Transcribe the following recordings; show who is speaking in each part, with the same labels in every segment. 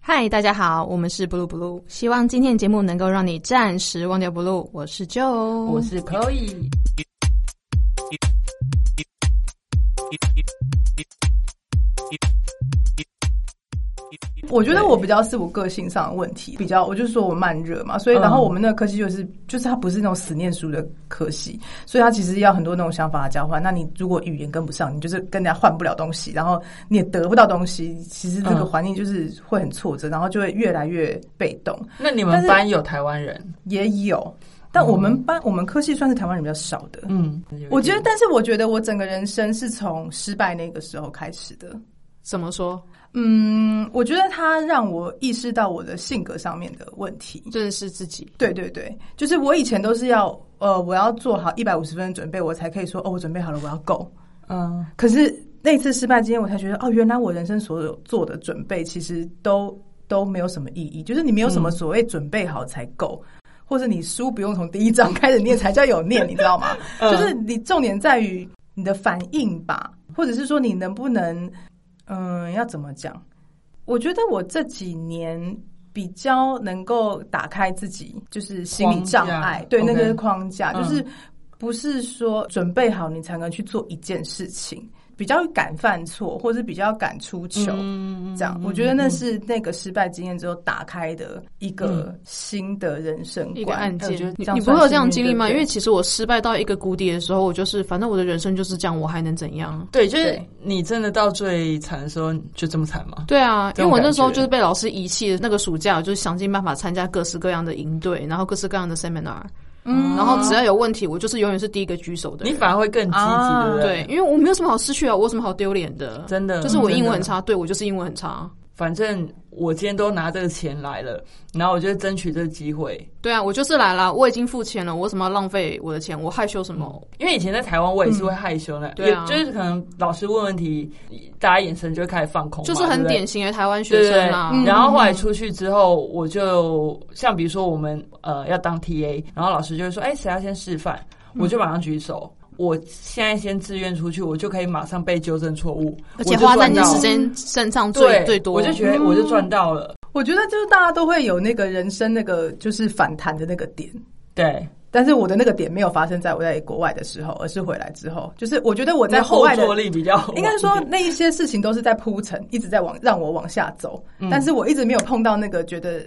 Speaker 1: 嗨，大家好，我们是 Blue Blue，希望今天的节目能够让你暂时忘掉 Blue。我是 Joe，
Speaker 2: 我是 Chloe。
Speaker 3: 我觉得我比较是我个性上的问题，比较我就是说我慢热嘛，所以然后我们那个科系就是、就是它不是那种死念书的科系，所以它其实要很多那种想法的交换。那你如果语言跟不上，你就是跟人家换不了东西，然后你也得不到东西，其实这个
Speaker 2: 嗯
Speaker 3: 环境就是会很挫折，然后就会越来越被动。
Speaker 2: 那你
Speaker 3: 但
Speaker 2: 们
Speaker 3: 是
Speaker 2: 班有台湾人？
Speaker 3: 也有，但我们班、我们科系算是台湾人比较少的。
Speaker 2: 嗯，
Speaker 3: 我觉得，但是我觉得我整个人生是从失败那个时候开始的。
Speaker 2: 怎么说？
Speaker 3: 嗯，我觉得它让我意识到我的性格上面的问题。
Speaker 2: 认识自己。
Speaker 3: 对对对，就是我以前都是要呃，我要做好一百五十分的准备，我才可以说哦，我准备好了，我要够。
Speaker 2: 嗯，
Speaker 3: 可是那次失败经验，我才觉得哦，原来我人生所有做的准备，其实都都没有什么意义，就是你没有什么所谓准备好才够。或者你书不用从第一章开始念才叫有念，你知道吗？
Speaker 2: 嗯
Speaker 3: 就是你重点在于你的反应吧，或者是说你能不能，嗯，要怎么讲？我觉得我这几年比较能够打开自己，就是心理
Speaker 2: 框架
Speaker 3: 障碍，对那
Speaker 2: OK
Speaker 3: 个框架，
Speaker 2: 嗯
Speaker 3: 就是不是说准备好你才能去做一件事情，比较敢犯错，或是比较敢出糗。
Speaker 2: 嗯
Speaker 3: 这样，我觉得那是那个失败经验之后打开的一个
Speaker 2: 嗯
Speaker 3: 新的人生
Speaker 1: 一个
Speaker 3: 观
Speaker 1: 案。
Speaker 2: 哎我觉得
Speaker 1: 件，你
Speaker 3: 这样
Speaker 1: 你不
Speaker 3: 算
Speaker 1: 会有
Speaker 3: 幸
Speaker 1: 这样
Speaker 3: 运
Speaker 1: 经历吗？
Speaker 3: 对不对
Speaker 1: 因为其实我失败到一个谷底的时候，我就是反正我的人生就是这样，我还能怎样？
Speaker 2: 对，就是
Speaker 3: 对
Speaker 2: 你真的到最惨的时候，就这么惨吗？
Speaker 1: 对啊，
Speaker 2: 这
Speaker 1: 因
Speaker 2: 种
Speaker 1: 为我那时候
Speaker 2: 感觉
Speaker 1: 就是被老师遗弃的那个暑假，我就想尽办法参加各式各样的营队，然后各式各样的 seminar，、
Speaker 3: 嗯
Speaker 1: 然后只要有问题，我就是永远是第一个举手的
Speaker 2: 你
Speaker 1: 人。
Speaker 2: 反而会更积极，
Speaker 3: 啊
Speaker 2: 对不
Speaker 1: 对，因为我没有什么好失去啊，我有什么好丢脸的？
Speaker 2: 真的
Speaker 1: 就是我英文
Speaker 2: 真
Speaker 1: 很
Speaker 2: 的
Speaker 1: 差，对我就是英文很差。
Speaker 2: 反正我今天都拿这个钱来了，然后我就争取这个机会。
Speaker 1: 对啊，我就是来了，我已经付钱了，我为什么要浪费我的钱？我害羞什么？
Speaker 2: 因为以前在台湾，我也是会害羞的，
Speaker 1: 对啊
Speaker 2: 也就是可能老师问问题，大家眼神就会开始放空嘛，
Speaker 1: 就是很
Speaker 2: 对不对
Speaker 1: 典型的台湾学
Speaker 2: 对对
Speaker 1: 生啊啦。
Speaker 3: 嗯
Speaker 2: 啊然后后来出去之后，我就像比如说我们呃要当 TA，然后老师就会说，哎，谁要先示范？我就马上举手。我现在先自愿出去，我就可以马上被纠正错误，
Speaker 1: 而且花在
Speaker 2: 在
Speaker 1: 你
Speaker 2: 你
Speaker 1: 时间身上最
Speaker 2: 对
Speaker 1: 最多。
Speaker 2: 我就觉得我就赚到了。
Speaker 3: 我觉得就是大家都会有那个人生那个就是反弹的那个点，
Speaker 2: 对，
Speaker 3: 但是我的那个点没有发生在我在国外的时候，而是回来之后，就是我觉得我
Speaker 2: 我
Speaker 3: 在国
Speaker 2: 后
Speaker 3: 外的
Speaker 2: 坐力比较 好
Speaker 3: 应该说那一些事情都是在铺陈，一直在往让我往下走，
Speaker 2: 嗯
Speaker 3: 但是我一直没有碰到那个觉得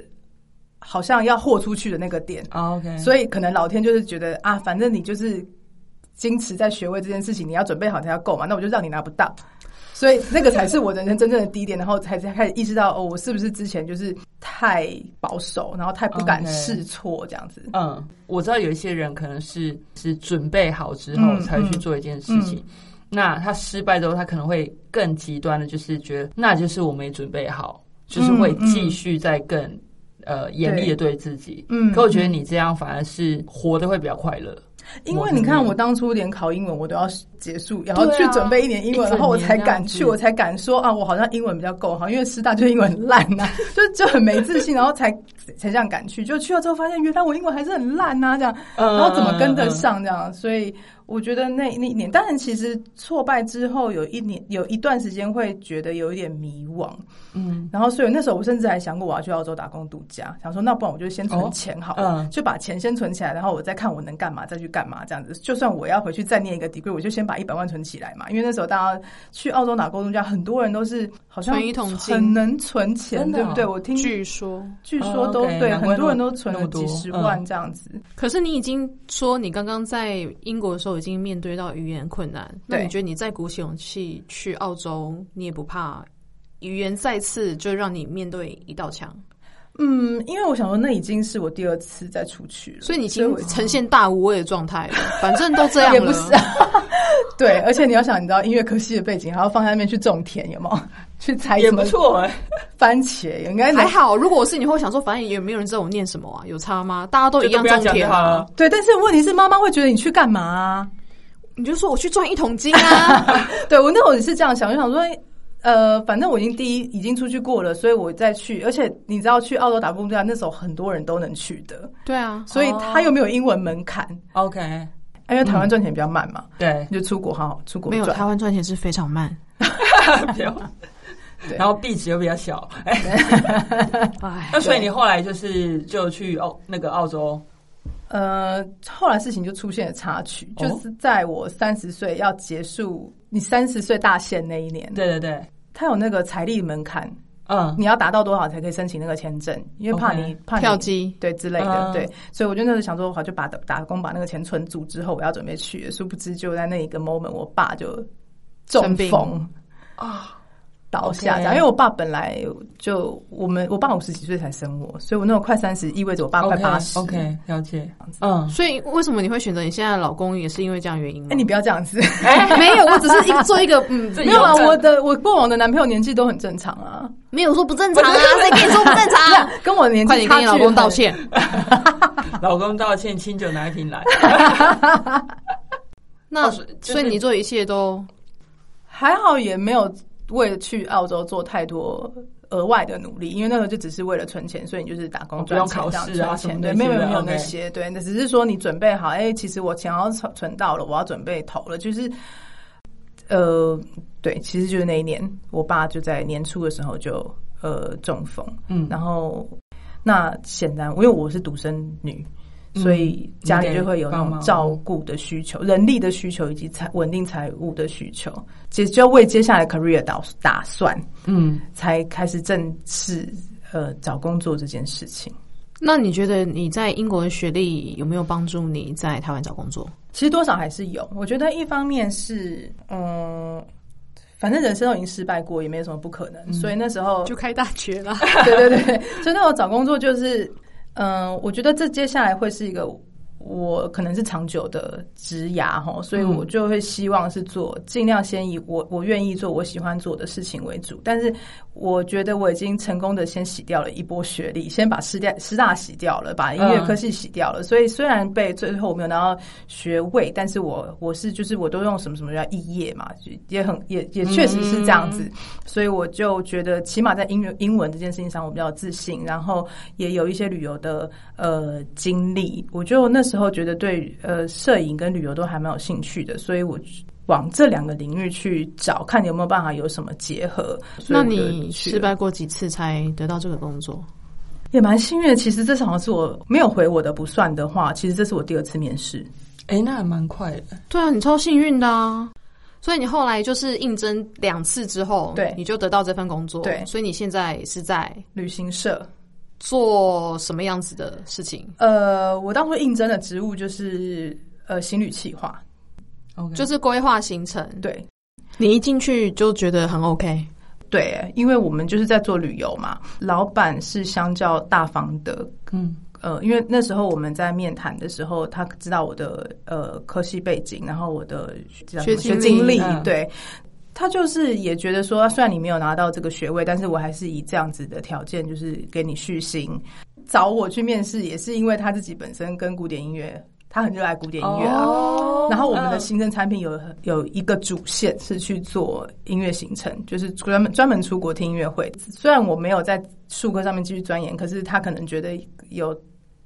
Speaker 3: 好像要豁出去的那个点，
Speaker 2: 啊 OK，
Speaker 3: 所以可能老天就是觉得啊，反正你就是矜持在学位这件事情，你要准备好才要够嘛，那我就让你拿不到。所以那个才是我人生真正的低点，然后才才开始意识到哦，我是不是之前就是太保守，然后太不敢
Speaker 2: OK
Speaker 3: 试错这样子。
Speaker 2: 嗯，我知道有一些人可能是是准备好之后
Speaker 3: 嗯
Speaker 2: 才去做一件事情，那他失败之后，他可能会更极端的，就是觉得那就是我没准备好，就是会继续再更、呃严厉的对自己。
Speaker 3: 嗯
Speaker 2: 可我觉得你这样反而是活得会比较快乐。
Speaker 3: 因为你看，
Speaker 2: 我
Speaker 3: 我当初连考英文我都要结束，然后
Speaker 2: 对
Speaker 3: 去
Speaker 2: 啊
Speaker 3: 准备一年英
Speaker 2: 一整
Speaker 3: 文，然后我
Speaker 2: 年
Speaker 3: 才
Speaker 2: 这
Speaker 3: 敢
Speaker 2: 样
Speaker 3: 去，
Speaker 2: 子
Speaker 3: 我才敢说啊，我好像英文比较够哈，因为师大就英文很烂呐、就就很没自信，然后才才这样敢去。就去了之后发现，原来我英文还是很烂呐、这样，
Speaker 2: 嗯
Speaker 3: 然后怎么跟得上这样？所以我觉得那那一年，当然其实挫败之后有一年有一段时间会觉得有一点迷惘，
Speaker 2: 嗯，
Speaker 3: 然后所以那时候我甚至还想过我要去澳洲打工度假，想说那不然我就先存钱好了，
Speaker 2: 嗯
Speaker 3: 就把钱先存起来，然后我再看我能干嘛，再去干嘛这样子。就算我要回去再念一个 degree，我就先把一百万存起来嘛，因为那时候大家去澳洲打工度假，很多人都是好像
Speaker 1: 存一
Speaker 2: 哦
Speaker 1: 桶金
Speaker 3: 很能存钱，
Speaker 2: 真的哦
Speaker 3: 对不对？我听
Speaker 1: 据说，
Speaker 3: 据说都、
Speaker 2: 哦，OK，
Speaker 3: 对，
Speaker 2: 难怪
Speaker 3: 很多人
Speaker 2: 那
Speaker 3: 都存
Speaker 2: 那
Speaker 3: 了
Speaker 2: 么多嗯
Speaker 3: 几十万这样子。
Speaker 1: 可是你已经说你刚刚在英国的时候已经面对到语言困难，那
Speaker 3: 对
Speaker 1: 你觉得你再鼓起勇气去澳洲，你也不怕语言再次就让你面对一道墙？
Speaker 3: 嗯，因为我想说，那已经是我第二次再出去了，
Speaker 1: 所以你已
Speaker 3: 我
Speaker 1: 经呈现大无畏的状态 了，反正都这样了。
Speaker 3: 也不是、
Speaker 2: 哎
Speaker 3: 啊，对，而且你要想，你知道音乐科系的背景，还要放在那边去种田，有没有？ 去采
Speaker 2: 也
Speaker 3: 什
Speaker 2: 不
Speaker 3: 么
Speaker 2: 错哎、
Speaker 3: 番茄，应该能
Speaker 1: 还好，如果我是你会想说，反正也没有人知道我念什么啊，有差吗？大家都
Speaker 2: 就
Speaker 1: 一样
Speaker 2: 不要
Speaker 1: 种
Speaker 2: 讲就
Speaker 1: 田
Speaker 2: 好
Speaker 1: 啊
Speaker 2: 了，。
Speaker 3: 对。但是问题是，妈妈会觉得你去干嘛啊、
Speaker 1: 你就说我去赚一桶金 啊，
Speaker 3: 对我那会儿也是这样想，我想说。呃，反正我已经第一已经出去过了，所以我再去，而且你知道去澳洲打工度假那时候很多人都能去的，
Speaker 1: 对啊，
Speaker 3: 所以
Speaker 2: 哦
Speaker 3: 他又没有英文门槛，
Speaker 2: OK，
Speaker 3: 因为台湾赚钱比较慢嘛，
Speaker 2: 对，
Speaker 3: 你就出国好好出国
Speaker 1: 没有
Speaker 3: 赚
Speaker 1: 台湾赚钱是非常慢，
Speaker 2: 不要
Speaker 3: 对
Speaker 2: 然后壁纸又比较小，哎，
Speaker 1: 哎
Speaker 2: 那，所以你后来就是就去澳那个澳洲，
Speaker 3: 呃，后来事情就出现了插曲，
Speaker 2: 哦
Speaker 3: 就是在我三十岁要结束你三十岁大限那一年，
Speaker 2: 对对对，
Speaker 3: 他有那个财力门槛，
Speaker 2: 嗯，
Speaker 3: 你要达到多少才可以申请那个签证？因为怕你
Speaker 2: OK
Speaker 3: 怕你
Speaker 1: 跳机
Speaker 3: 对之类
Speaker 2: 嗯
Speaker 3: 的，对，所以我就那时候想说，好就把打工把那个钱存足之后，我要准备去了。殊不知就在那一个 moment，我爸就中
Speaker 1: 生病
Speaker 3: 风
Speaker 2: 啊。
Speaker 3: 倒下，
Speaker 2: OK
Speaker 3: 这样，因为我爸本来就我们我爸五十几岁才生我，所以我那种快三十意味着我爸快八十。
Speaker 2: o k 了解，嗯，
Speaker 1: 所以为什么你会选择你现在的老公，也是因为这样的原因吗？
Speaker 3: 哎，你不要这样子，
Speaker 1: 没有，我只是一个做一个嗯，
Speaker 2: 这
Speaker 3: 没有啊，
Speaker 2: 勇敢
Speaker 3: 我的我过往的男朋友年纪都很正常啊，
Speaker 1: 没有说不正常 啊，谁跟你说不正常啊？
Speaker 3: 跟我 年纪
Speaker 1: 快点跟你
Speaker 3: 差
Speaker 1: 老
Speaker 3: 距
Speaker 1: 公
Speaker 3: 很
Speaker 1: 道。歉。
Speaker 2: 老公道歉，清酒拿一瓶 来。
Speaker 1: 那
Speaker 2: 哦所以就是
Speaker 1: 所以你做一切都
Speaker 3: 还好也没有为了去澳洲做太多额外的努力，因为那时候就只是为了存钱，所以你就是打
Speaker 2: 哦
Speaker 3: 工
Speaker 2: 不用
Speaker 3: 赚钱
Speaker 2: 考
Speaker 3: 这样
Speaker 2: 试啊什
Speaker 3: 存钱
Speaker 2: 么
Speaker 3: 对，
Speaker 2: 那些
Speaker 3: 没有
Speaker 2: 的
Speaker 3: 没有没有
Speaker 2: OK
Speaker 3: 那些，对，那只是说你准备好，哎、其实我钱要存存到了，我要准备哎投了，就是呃，对，其实就是那一年，我爸就在年初的时候就呃中风，
Speaker 2: 嗯
Speaker 3: 然后那显然因为我是独生女。所以
Speaker 2: 嗯
Speaker 3: 家里就会有那
Speaker 2: 你得帮忙
Speaker 3: 种照顾的需求、人力的需求以及财稳定财务的需求，接就要为接下来 career 打打算，
Speaker 2: 嗯，
Speaker 3: 才开始正式呃找工作这件事情。
Speaker 1: 那你觉得你在英国的学历有没有帮助你在台湾找工作？
Speaker 3: 其实多少还是有，我觉得一方面是嗯。反正人生都已经失败过，也没有什么不可能，所以那时候
Speaker 1: 开大学啦。
Speaker 3: 对对对，所以那我找工作就是，嗯、我觉得这接下来会是一个我可能是长久的职涯哈，所以我就会希望是做尽量先以我我愿意做我喜欢做的事情为主，但是我觉得我已经成功的先洗掉了一波学历，先把师大师大洗掉了，把音乐科系洗掉了，所以虽然被最后我没有拿到学位，但是我我是就是我都用什么什么叫肄业嘛，就也很也也确实是这样子，
Speaker 1: 嗯
Speaker 3: 所以我就觉得，起码在英语英文这件事情上，我比较有自信，然后也有一些旅游的呃经历。我就那时候觉得对呃摄影跟旅游都还蛮有兴趣的，所以我往这两个领域去找，看有没有办法有什么结合。所
Speaker 1: 那
Speaker 3: 以我就
Speaker 1: 你
Speaker 3: 去
Speaker 1: 失
Speaker 3: 了
Speaker 1: 败过几次才得到这个工作？
Speaker 3: 也蛮幸运的。其实这是好像是我没有回我的不算的话，其实这是我第二次面试。
Speaker 2: 哎、那还蛮快的。
Speaker 1: 对啊，你超幸运的啊！所以你后来就是应征两次之后，
Speaker 3: 对
Speaker 1: 你就得到这份工作。
Speaker 3: 对
Speaker 1: 所以你现在是在
Speaker 3: 旅行社，
Speaker 1: 做什么样子的事情？
Speaker 3: 呃，我当初应征的职务就是呃行旅企划，
Speaker 2: OK，
Speaker 1: 就是规划行程。
Speaker 3: 对，
Speaker 1: 你一进去就觉得很 OK，
Speaker 3: 对，因为我们就是在做旅游嘛，老板是相较大方的。
Speaker 2: 嗯
Speaker 3: 呃，因为那时候我们在面谈的时候，他知道我的呃科系背景，然后我的叫什么
Speaker 1: 学
Speaker 3: 学
Speaker 1: 经
Speaker 3: 经
Speaker 1: 历
Speaker 3: 历，
Speaker 2: 嗯
Speaker 3: 对。他就是也觉得说，啊虽然你没有拿到这个学位，但是我还是以这样子的条件，就是给你续薪。找我去面试也是因为他自己本身跟古典音乐，他很热爱古典音乐啊，
Speaker 2: 哦
Speaker 3: 然后我们的
Speaker 2: 嗯
Speaker 3: 行政产品有有一个主线是去做音乐行程，就是专门专门出国听音乐会。虽然我没有在术科上面继续钻研，可是他可能觉得有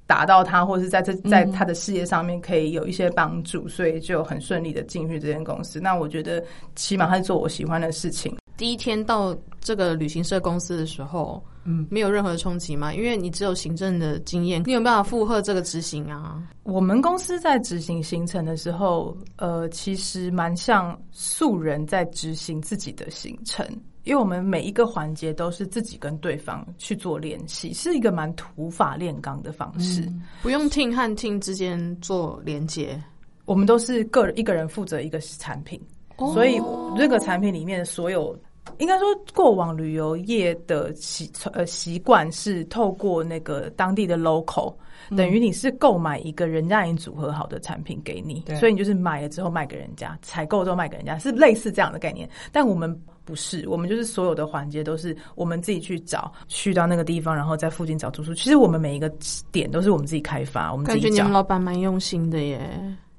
Speaker 3: 达到他，或是在这在他的事业上面可以有一些帮助，所以就很顺利的进去这间公司。那我觉得起码他是做我喜欢的事情。
Speaker 1: 第一天到这个旅行社公司的时候，嗯，没有任何冲击嘛，因为你只有行政的经验，你有没有办法负荷这个执行啊？
Speaker 3: 我们公司在执行行程的时候，呃，其实蛮像素人在执行自己的行程，因为我们每一个环节都是自己跟对方去做联系，是一个蛮土法炼钢的方式。
Speaker 1: 不用 team 和 team 之间做连接，
Speaker 3: 我们都是个人一个人负责一个产品，
Speaker 1: 哦
Speaker 3: 所以这个产品里面的所有。应该说，过往旅游业的习呃习惯是透过那个当地的 local，、等
Speaker 1: 嗯
Speaker 3: 于你是购买一个人家已经组合好的产品给你
Speaker 2: 对，
Speaker 3: 所以你就是买了之后卖给人家，采购之后卖给人家，是类似这样的概念。但我们不是，我们就是所有的环节都是我们自己去找，去到那个地方，然后在附近找住宿。其实我们每一个点都是我们自己开发，我们自
Speaker 1: 感觉
Speaker 3: 己
Speaker 1: 你
Speaker 3: 找
Speaker 1: 们。老板蛮用心的耶。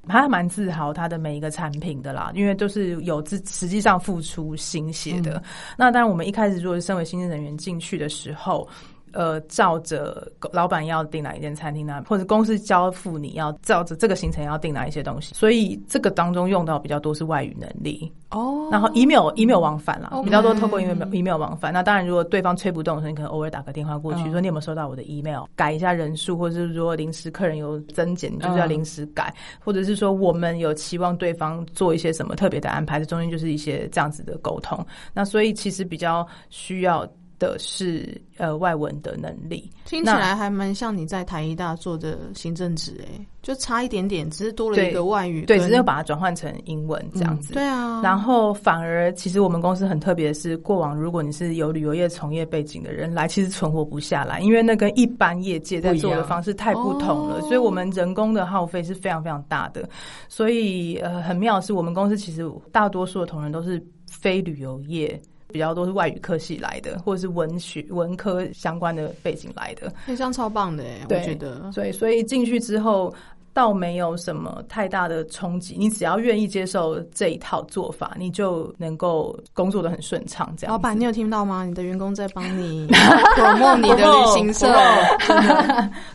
Speaker 3: 他蛮自豪他的每一个产品的啦，因为都是有自实际上付出心血的。那当然，我们一开始如果是身为新进人员进去的时候，呃照着老板要订哪一间餐厅啊，或者公司交付你要照着这个行程要订哪一些东西，所以这个当中用到比较多是外语能力。
Speaker 1: 哦，
Speaker 3: 然后 email email 往返啦
Speaker 1: OK
Speaker 3: 比较多透过 email email 往返。那当然，如果对方催不动的时候，你可能偶尔打个电话过去，
Speaker 2: 嗯
Speaker 3: 说你有没有收到我的 email，改一下人数，或者是说临时客人有增减，你就是要临时改，或者是说我们有期望对方做一些什么特别的安排，这中间就是一些这样子的沟通。那所以其实比较需要的是呃外文的能力。
Speaker 1: 听起来还蛮像你在台医大做的行政职诶、就差一点点，只是多了一
Speaker 3: 对
Speaker 1: 个外语
Speaker 3: 对，
Speaker 1: 跟
Speaker 3: 只是要把它转换成英文这样子。
Speaker 1: 对啊，
Speaker 3: 然后反而，其实我们公司很特别的是，过往如果你是有旅游业从业背景的人来，其实存活不下来，因为那跟一般业界在做的方式太不同了，
Speaker 1: 哦
Speaker 3: 所以我们人工的耗费是非常非常大的。所以呃，很妙的是，我们公司其实大多数的同仁都是非旅游业。比较多是外语科系来的，或者是文学文科相关的背景来的，
Speaker 1: 那这样超棒的诶、
Speaker 3: 对
Speaker 1: 我觉
Speaker 2: 嗯
Speaker 1: 得
Speaker 3: 所以，所以进去之后倒没有什么太大的冲击，你只要愿意接受这一套做法，你就能够工作的很顺畅。这样子，
Speaker 2: 哦
Speaker 1: 老板，你有听到吗？你的员工在帮 你 promote 你的旅行社，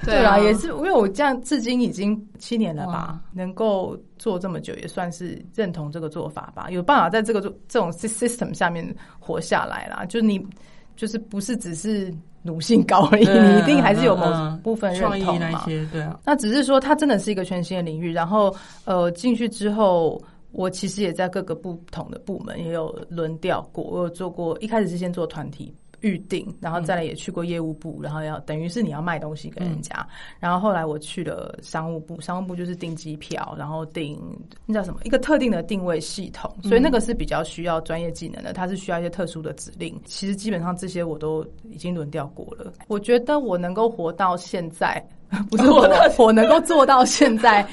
Speaker 3: 对
Speaker 1: 啊，
Speaker 3: 啊，也是因为我这样至今已经七年了吧
Speaker 2: 哇，
Speaker 3: 能够做这么久，也算是认同这个做法吧，有办法在这个做这种 system 下面活下来啦。就你就是不是只是奴性高而已，
Speaker 2: 对啊
Speaker 3: 你一定还是有某
Speaker 2: 嗯嗯
Speaker 3: 部分认
Speaker 2: 创意
Speaker 3: 同
Speaker 2: 那
Speaker 3: 嘛。
Speaker 2: 些，对啊，
Speaker 3: 那只是说它真的是一个全新的领域。然后呃，进去之后，我其实也在各个不同的部门也有轮调过，我有做过，一开始是先做团体。预定，然后再来也去过业务部，然后要等于是你要卖东西给人家，然后后来我去了商务部，商务部就是订机票，然后订那叫什么一个特定的定位系统，所以那个是比较需要专业技能的，它是需要一些特殊的指令。其实基本上这些我都已经轮调过了，我觉得我能够活到现在， 不是我，我能够做到现在。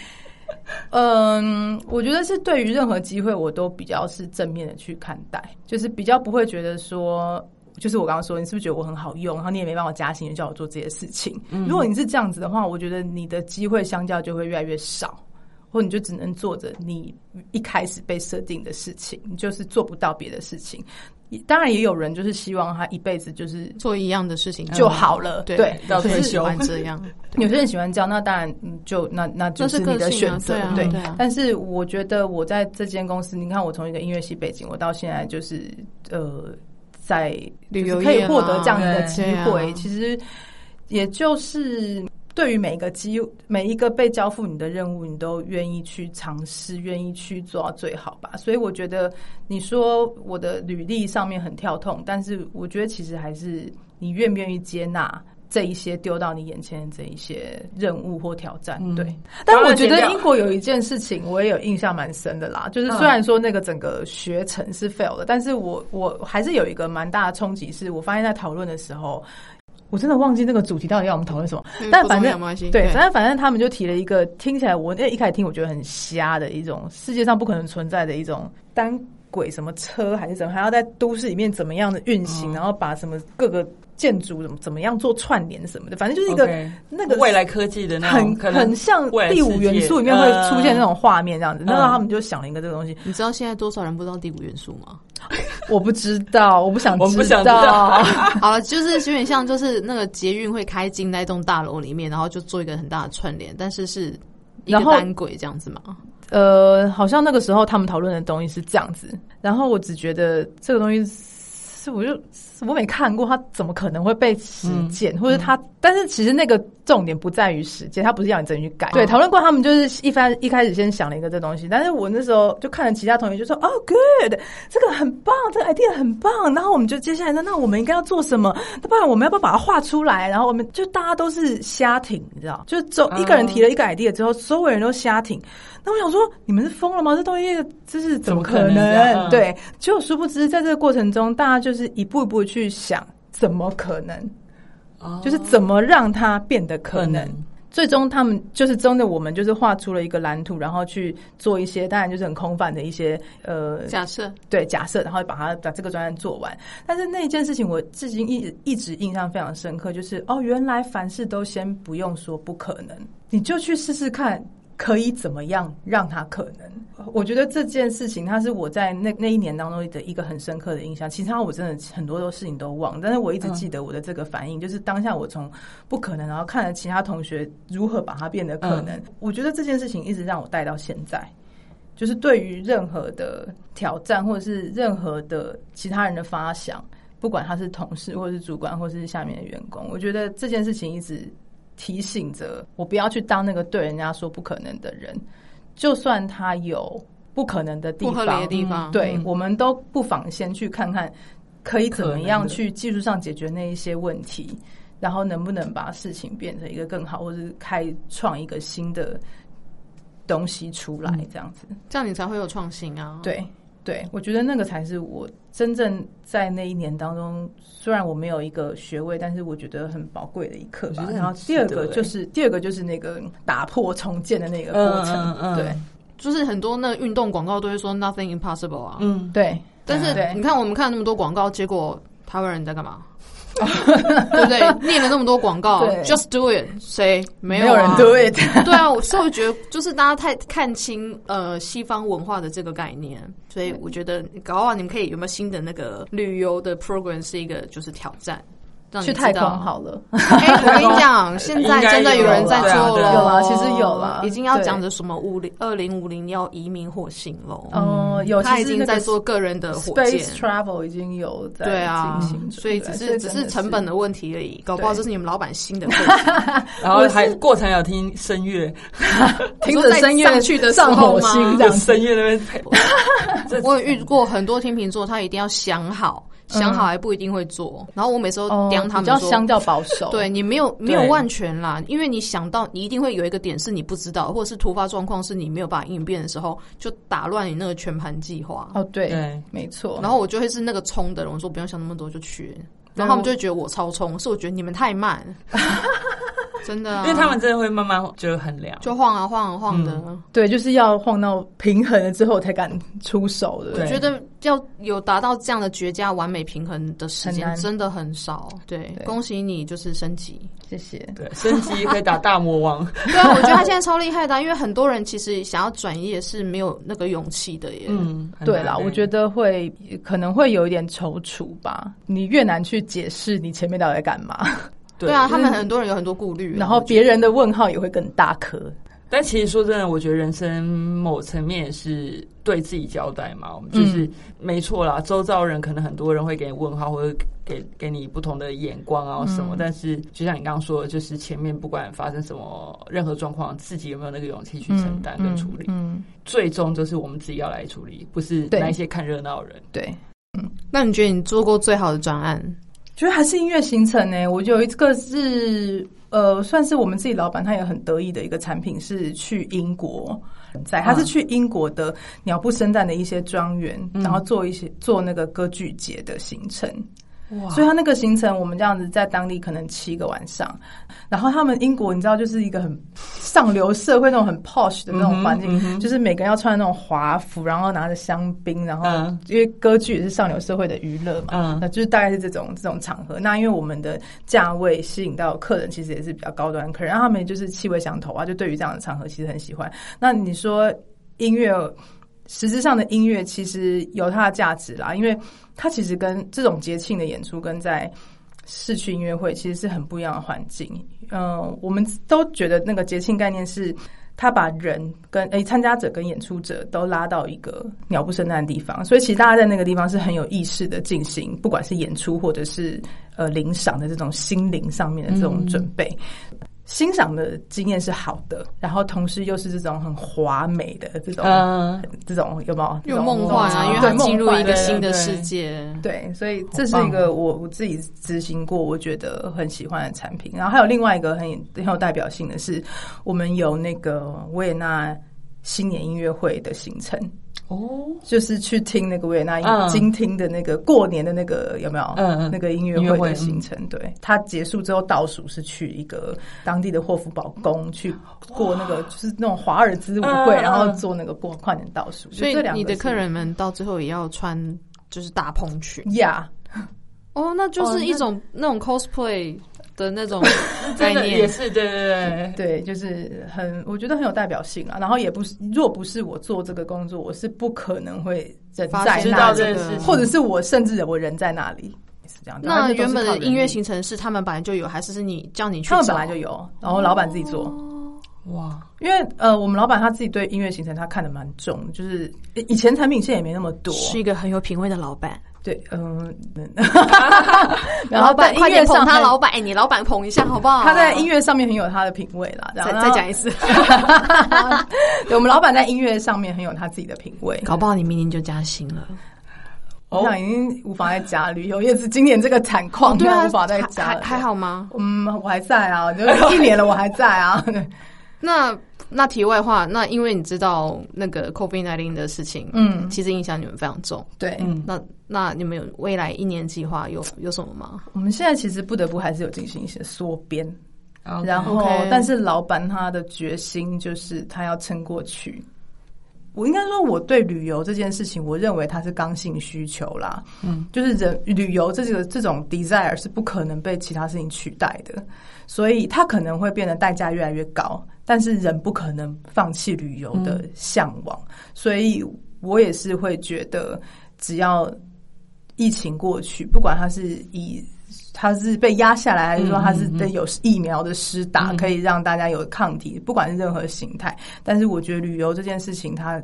Speaker 3: 嗯，我觉得是对于任何机会，我都比较是正面的去看待，就是比较不会觉得说，就是我刚刚说，你是不是觉得我很好用，然后你也没办法加薪，就叫我做这些事情。如果你是这样子的话，我觉得你的机会相较就会越来越少，或你就只能做着你一开始被设定的事情，你就是做不到别的事情。也当然，也有人就是希望他一辈子就是
Speaker 1: 做一样的事情
Speaker 3: 就好
Speaker 1: 嗯
Speaker 3: 了，
Speaker 1: 对
Speaker 3: 对，
Speaker 2: 到
Speaker 1: 可
Speaker 2: 退
Speaker 1: 是
Speaker 2: 休
Speaker 1: 喜欢这样，
Speaker 3: 有些人喜欢这样，那当然嗯就那那就
Speaker 1: 那是
Speaker 3: 你
Speaker 1: 个
Speaker 3: 的
Speaker 1: 性啊
Speaker 3: 选择，
Speaker 1: 对啊
Speaker 3: 对
Speaker 1: 对啊
Speaker 3: 但是我觉得我在这间公司，你看我从一个音乐系背景，我到现在就是呃，在
Speaker 1: 旅游
Speaker 3: 就是
Speaker 1: 业
Speaker 3: 可以获得
Speaker 1: 啦
Speaker 3: 这样子的
Speaker 2: 对
Speaker 3: 机
Speaker 1: 对
Speaker 3: 会，
Speaker 1: 啊
Speaker 3: 其实也就是。对于每一个机，每一个被交付你的任务，你都愿意去尝试，愿意去做到最好吧。所以我觉得，你说我的履历上面很跳痛，但是我觉得其实还是你愿不愿意接纳这一些丢到你眼前的这一些任务或挑战。
Speaker 2: 嗯
Speaker 3: 对，但
Speaker 2: 当然
Speaker 3: 我觉得
Speaker 2: 剪掉
Speaker 3: 英国有一件事情我也有印象蛮深的啦，就是
Speaker 2: 嗯
Speaker 3: 虽然说那个整个学程是 fail 的，但是我我还是有一个蛮大的冲击，是我发现在讨论的时候。我真的忘记那个主题到底要我们讨论什么，
Speaker 1: 嗯
Speaker 3: 但
Speaker 1: 不
Speaker 3: 反
Speaker 1: 重要
Speaker 3: 正
Speaker 1: 没关系
Speaker 3: 对
Speaker 1: 对，
Speaker 3: 反正反正他们就提了一个听起来我那一开始听我觉得很瞎的一种世界上不可能存在的一种单轨什么车还是怎么，还要在都市里面怎么样的运
Speaker 2: 嗯
Speaker 3: 行，然后把什么各个建筑怎么怎么样做串联什么的，反正就是一个
Speaker 2: OK
Speaker 3: 那个
Speaker 2: 未来科技的那种
Speaker 3: 很
Speaker 2: 可能
Speaker 3: 很像
Speaker 2: 未来
Speaker 3: 第五
Speaker 2: 世界呃
Speaker 3: 元素里面会出现那种画面这样子，那、
Speaker 2: 嗯
Speaker 3: 他们就想了一个这个东西，
Speaker 1: 你知道现在多少人不知道第五元素吗？
Speaker 3: 我不知道，我不想
Speaker 2: 我不想知
Speaker 3: 道
Speaker 2: 道，
Speaker 1: 好了，就是有点像，就是那个捷运会开进那栋大楼里面，然后就做一个很大的串联，但是是一个
Speaker 3: 然后
Speaker 1: 单轨这样子嘛。
Speaker 3: 呃，好像那个时候他们讨论的东西是这样子，然后我只觉得这个东西是我就我没看过，它怎么可能会被实
Speaker 2: 嗯
Speaker 3: 践，或者它，但是其实那个重点不在于实践，它不是让你真的去
Speaker 2: 哦
Speaker 3: 改。对，讨论过他们就是一番一开始先想了一个这东西，但是我那时候就看了其他同学就说哦，good，这个很棒，这个 idea 很棒，然后我们就接下来说那我们应该要做什么？那不然我们要不要把它画出来？然后我们就大家都是瞎挺，你知道，就只有一个人提
Speaker 2: 哦
Speaker 3: 了一个 idea 之后，所有人都瞎挺。那我想说，你们是疯了吗？这东西这是怎么可
Speaker 2: 怎么可能嗯
Speaker 3: 对，结果殊不知，在这个过程中，大家就是一步一步去想，怎么可能？
Speaker 2: 哦
Speaker 3: 就是怎么让它变得可能。
Speaker 2: 可能
Speaker 3: 最终，他们就是真的，我们就是画出了一个蓝图，然后去做一些，当然就是很空泛的一些呃
Speaker 1: 假设
Speaker 3: 对假设，然后把它把这个专案做完。但是那一件事情，我至今一一直印象非常深刻，就是哦，原来凡事都先不用说不可能，你就去试试看。可以怎么样让它可能？我觉得这件事情，它是我在那那一年当中的一个很深刻的印象。其他我真的很多事情都忘，但是我一直记得我的这个反应，就是当下我从不可能，然后看了其他同学如何把它变得可能。我觉得这件事情一直让我带到现在。就是对于任何的挑战，或者是任何的其他人的发想，不管他是同事，或是主管，或是下面的员工，我觉得这件事情一直提醒着我，不要去当那个对人家说不可能的人。就算他有不可能的地
Speaker 1: 不合理的
Speaker 3: 方，
Speaker 1: 地方，嗯
Speaker 3: 对、我们都不妨先去看看，可以怎么样去技术上解决那一些问题，然后能不能把事情变成一个更好，或是开创一个新的东西出
Speaker 1: 嗯
Speaker 3: 来，这样子。
Speaker 1: 这样你才会有创新啊。，
Speaker 3: 对对，我觉得那个才是我真正在那一年当中，虽然我没有一个学位，但是我觉得很宝贵的一刻
Speaker 2: 我觉
Speaker 3: 吧
Speaker 2: 得。很
Speaker 3: 然后
Speaker 2: 值
Speaker 3: 第二
Speaker 2: 得
Speaker 3: 个
Speaker 2: 欸
Speaker 3: 就是第二个就是那个打破重建的那个过程，
Speaker 2: 嗯嗯嗯
Speaker 3: 对
Speaker 1: 就是很多那运动广告都会说 nothing impossible 啊，
Speaker 2: 嗯，
Speaker 3: 对
Speaker 1: 但是
Speaker 3: 对
Speaker 1: 你看我们看了那么多广告，结果台湾人在干 嘛？对不对？念了那么多广告
Speaker 3: 对
Speaker 1: ，just do it，谁没
Speaker 3: 没
Speaker 1: 有、啊、
Speaker 3: 人 do it。
Speaker 1: 对啊，我稍微觉得就是大家太看清呃西方文化的这个概念，所以我觉得搞不好你们可以有没有新的那个旅游的 program 是一个就是挑战，让你
Speaker 3: 去
Speaker 1: 嗯知
Speaker 3: 太空
Speaker 1: 道。
Speaker 3: 好了，
Speaker 1: 哎，我 跟你讲，现在真的有人在做
Speaker 2: 应该
Speaker 1: 了，
Speaker 3: 有啦对啊对啊有啦其实有啦
Speaker 1: 已经要
Speaker 3: 对
Speaker 1: 讲着什么五零二零五零要移民火星喽。
Speaker 3: 哦，有
Speaker 1: 嗯他
Speaker 3: 其
Speaker 1: 已
Speaker 3: 实
Speaker 1: 经
Speaker 3: 那
Speaker 1: 在
Speaker 3: 个
Speaker 1: 做个人的火箭
Speaker 3: space travel 已经有在
Speaker 1: 对啊
Speaker 3: 进行，中
Speaker 1: 所以只
Speaker 3: 对
Speaker 1: 是只
Speaker 3: 真
Speaker 1: 是
Speaker 3: 的
Speaker 1: 成本的问题而已，搞不好
Speaker 3: 对
Speaker 1: 这是你们老板 新的课题。
Speaker 2: 然后还过程有听声乐，
Speaker 3: 停止声
Speaker 1: 上
Speaker 3: 乐
Speaker 1: 去的时
Speaker 3: 上
Speaker 1: 候
Speaker 3: 火
Speaker 1: 吗
Speaker 3: 星这
Speaker 2: 有
Speaker 3: 样子，
Speaker 2: 声乐那边配， 这
Speaker 1: 我有遇过很多天秤座，他一定要想好，想好还不一定会做。然后我每次都
Speaker 3: 嗯哦
Speaker 1: 刁他
Speaker 3: 比较
Speaker 1: 们说
Speaker 3: 相。较保守，
Speaker 1: 对你没有没有
Speaker 2: 对
Speaker 1: 万全啦，因为你想到你一定会有一个点是你不知道，或者是突发状况是你没有办法应变的时候，就打乱你那个全盘计划。
Speaker 3: 哦对
Speaker 2: 对，
Speaker 3: 没错，
Speaker 1: 然后我就会是那个冲的人，我说不用想那么多就去。然后他们就会觉得我超冲，是我觉得你们太慢， 真的啊、
Speaker 2: 因为他们真的会慢慢觉得很凉。
Speaker 1: 就晃啊晃啊晃的。
Speaker 3: 对，就是要晃到平衡了之后才敢出手的。
Speaker 2: 对
Speaker 1: 觉得要有达到这样的绝佳完美平衡的时
Speaker 3: 很
Speaker 1: 间
Speaker 3: 难
Speaker 1: 真的很少。对，
Speaker 3: 对
Speaker 1: 恭喜你就是升级。
Speaker 3: 谢谢。
Speaker 2: 对，升级可以打大魔 王，
Speaker 1: 对啊，我觉得他现在超厉害的啊、因为很多人其实想要转业是没有那个勇气的耶。
Speaker 2: 嗯，很
Speaker 3: 对
Speaker 2: 难
Speaker 3: 啦，
Speaker 2: 欸
Speaker 3: 我觉得会可能会有一点踌躇吧。你越难去解释你前面到底在干嘛，
Speaker 1: 对啊，他们很多人有很多顾虑啊，
Speaker 3: 然后别人的问号也会更大颗。
Speaker 2: 但其实说真的，我觉得人生某层面也是对自己交代嘛。我们就是、没错啦，周遭人可能很多人会给你问号，或者给给你不同的眼光啊什么。但是就像你刚刚说的，就是前面不管发生什么任何状况，自己有没有那个勇气去承担跟处理，
Speaker 3: 嗯，嗯
Speaker 2: 最终就是我们自己要来处理，不是
Speaker 3: 对
Speaker 2: 那一些看热闹的人。
Speaker 3: 对。
Speaker 1: 那你觉得你做过最好的专案？
Speaker 3: 觉得还是音乐行程呢、我有一个是呃，算是我们自己老板他也很得意的一个产品是去英国，
Speaker 2: 嗯
Speaker 3: 在他是去英国的鸟不生蛋的一些庄园，
Speaker 2: 嗯
Speaker 3: 然后做一些做那个歌剧节的行程。
Speaker 2: 哇
Speaker 3: 所以他那个行程，我们这样子在当地可能七个晚上，然后他们英国你知道就是一个很上流社会那种很 posh 的
Speaker 2: 嗯
Speaker 3: 那种环境，就是每个人要穿那种华服，然后拿着香槟，然后
Speaker 2: 嗯
Speaker 3: 因为歌剧也是上流社会的娱乐嘛，
Speaker 2: 嗯
Speaker 3: 那就是大概是这种这种场合。那因为我们的价位吸引到客人，其实也是比较高端的客人，然后他们就是气味相投啊，就对于这样的场合其实很喜欢。那你说音乐，实质上的音乐其实有它的价值啦，因为它其实跟这种节庆的演出跟在市区音乐会其实是很不一样的环境。嗯、我们都觉得那个节庆概念是。他把人跟诶参加者跟演出者都拉到一个鸟不生蛋的地方，所以其实大家在那个地方是很有意识的进行，不管是演出或者是呃领赏的这种心灵上面的这种准备。欣赏的经验是好的，然后同时又是这种很华美的这种、
Speaker 2: 嗯，
Speaker 3: 这种有没有？这
Speaker 1: 有
Speaker 3: 种
Speaker 1: 梦幻啊，因
Speaker 2: 梦
Speaker 1: 为
Speaker 3: 对
Speaker 1: 它进入一个新的
Speaker 2: 对对
Speaker 1: 世界。
Speaker 3: 对，所以这是
Speaker 2: 好棒哦
Speaker 3: 一个我我自己执行过，我觉得很喜欢的产品。然后还有另外一个很很有代表性的是，我们有那个维也纳新年音乐会的行程，
Speaker 2: 哦，
Speaker 3: 就是去听那个维也纳音
Speaker 2: 嗯
Speaker 3: 精听的那个过年的那个有没有？
Speaker 2: 嗯嗯
Speaker 3: 那个音
Speaker 2: 音
Speaker 3: 乐
Speaker 2: 乐
Speaker 3: 会
Speaker 2: 会嗯
Speaker 3: 的行程，对，它结束之后倒数是去一个当地的霍夫堡宫去过那个就是那种华尔兹舞会，
Speaker 2: 嗯嗯嗯
Speaker 3: 然后做那个过跨年倒数。
Speaker 1: 所以
Speaker 3: 就这两个
Speaker 1: 你的客
Speaker 3: 是
Speaker 1: 人们到最后也要穿就是大蓬裙
Speaker 3: 呀。
Speaker 1: 哦，那就
Speaker 3: 哦
Speaker 1: 是一
Speaker 3: 那
Speaker 1: 种那种 cosplay 的那 种概
Speaker 2: 真的也
Speaker 1: 念。
Speaker 2: 是对对对。
Speaker 3: 对，就是很，我觉得很有代表性啊。然后也不是，若不是我做这个工作，我是不可能会人
Speaker 1: 发
Speaker 3: 在
Speaker 1: 现
Speaker 2: 知
Speaker 3: 那
Speaker 2: 道
Speaker 3: 里，
Speaker 2: 这
Speaker 1: 这
Speaker 2: 件
Speaker 1: 个
Speaker 2: 事情
Speaker 3: 或者是我甚至我人在那里，是这样。然后
Speaker 1: 那
Speaker 3: 就都
Speaker 1: 原
Speaker 3: 是
Speaker 1: 本
Speaker 3: 靠
Speaker 1: 的
Speaker 3: 人
Speaker 1: 音乐
Speaker 3: 力
Speaker 1: 行程是他们本来就有，还是是你叫你去？哦
Speaker 3: 他们本来就。有，啊然后老板自己做。
Speaker 2: 哇，
Speaker 3: 因为呃，我们老板他自己对音乐行程他看得蛮重，就是以前产品线也没那么多，
Speaker 1: 是一个很有品味的老 板，
Speaker 3: 对，嗯， 然后
Speaker 1: 老
Speaker 3: 在
Speaker 1: 板
Speaker 3: 音
Speaker 1: 快
Speaker 3: 乐
Speaker 1: 点捧
Speaker 3: 上
Speaker 1: 他
Speaker 3: 很
Speaker 1: 老板，哎，你老板捧一下好不好？
Speaker 3: 他在音乐上面很有他的品味啦，这
Speaker 1: 再
Speaker 3: 样
Speaker 1: 再讲一
Speaker 3: 次，
Speaker 1: 次，
Speaker 3: 对我们老板在音乐上面很有他自己的品味，
Speaker 1: 搞不好你明年就加薪了。
Speaker 3: 我想已经无法再加旅游业，是今年这个惨况，
Speaker 1: 哦对啊，
Speaker 3: 哦无法再
Speaker 1: 还
Speaker 3: 加
Speaker 1: 还
Speaker 3: 了。
Speaker 1: 还好吗？
Speaker 3: 嗯，我还在 啊，就是一年了，我还在啊。 对
Speaker 1: 那那题外话，那因为你知道那个 COVID 1 9的事情，
Speaker 3: 嗯
Speaker 1: 其实影响你们非常重。
Speaker 3: 对，
Speaker 2: 嗯，
Speaker 1: 那那你们有未来一年计划有有什么吗？
Speaker 3: 我们现在其实不得不还是有进行一些缩编，然后
Speaker 1: OK
Speaker 3: 但是老板他的决心就是他要撑过去。我应该说，我对旅游这件事情，我认为它是刚性需求啦。嗯，就是人旅游这个这种 desire 是不可能被其他事情取代的，所以它可能会变得代价越来越高，但是人不可能放弃旅游的向往，所以我也是会觉得，只要疫情过去，不管它是以它是被压下来，还是说它是对有疫苗的施打，可以让大家有抗体，不管是任何形态。但是我觉得旅游这件事情它，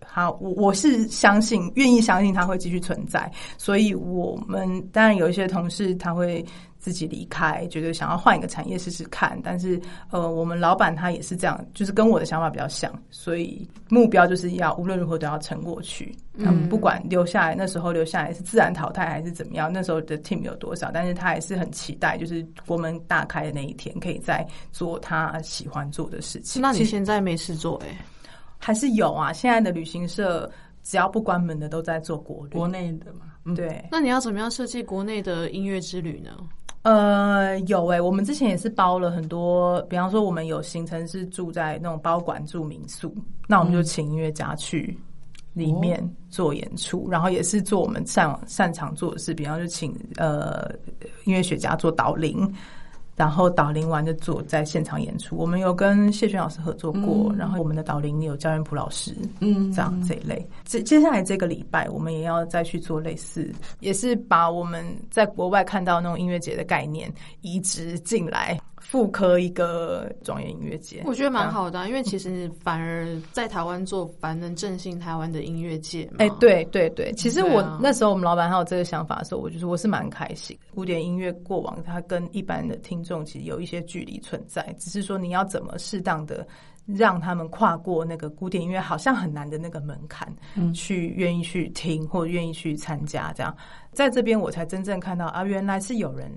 Speaker 3: 它我我是相信，愿意相信它会继续存在。所以我们当然有一些同事他会自己离开，觉得想要换一个产业试试看。但是呃，我们老板他也是这样，就是跟我的想法比较像，所以目标就是要无论如何都要撑过去。嗯，不管留下来那时候留下来是自然淘汰还是怎么样，那时候的 team 有多少，但是他还是很期待，就是国门大开的那一天，可以再做他喜欢做的事情。
Speaker 1: 那
Speaker 3: 其
Speaker 1: 你
Speaker 3: 实
Speaker 1: 现在没事做哎、
Speaker 3: 还是有啊，现在的旅行社只要不关门的都在做国旅
Speaker 2: 国。内的嘛，嗯，
Speaker 3: 对，
Speaker 1: 那你要怎么样设计国内的音乐之旅呢？
Speaker 3: 呃，有诶、我们之前也是包了很多，比方说我们有行程是住在那种包馆住民宿，那我
Speaker 2: 嗯
Speaker 3: 们就请音乐家去里面做演出，然后也是做我们擅往擅长做的事，比方就请呃音乐学家做导聆，然后导聆完就做在现场演出。我们有跟谢轩老师合作过，然后我们的导聆有教练普老师，
Speaker 2: 嗯
Speaker 3: 这样这一类。接接下来这个礼拜，我们也要再去做类似，也是把我们在国外看到那种音乐节的概念移植进来，复刻一个庄园音乐节。
Speaker 1: 我觉得蛮好的啊、因为其实反而在台湾做，反而能振兴台湾的音乐界嘛。
Speaker 3: 哎、，对对对，其实
Speaker 1: 对
Speaker 3: 我、
Speaker 1: 啊
Speaker 3: 那时候我们老板还有这个想法的时候，我就是我是蛮开心的。古典音乐过往它跟一般的听众其实有一些距离存在，只是说你要怎么适当的让他们跨过那个古典音乐好像很难的那个门槛，
Speaker 1: 嗯
Speaker 3: 去愿意去听或愿意去参加这样。在这边我才真正看到啊，原来是有人。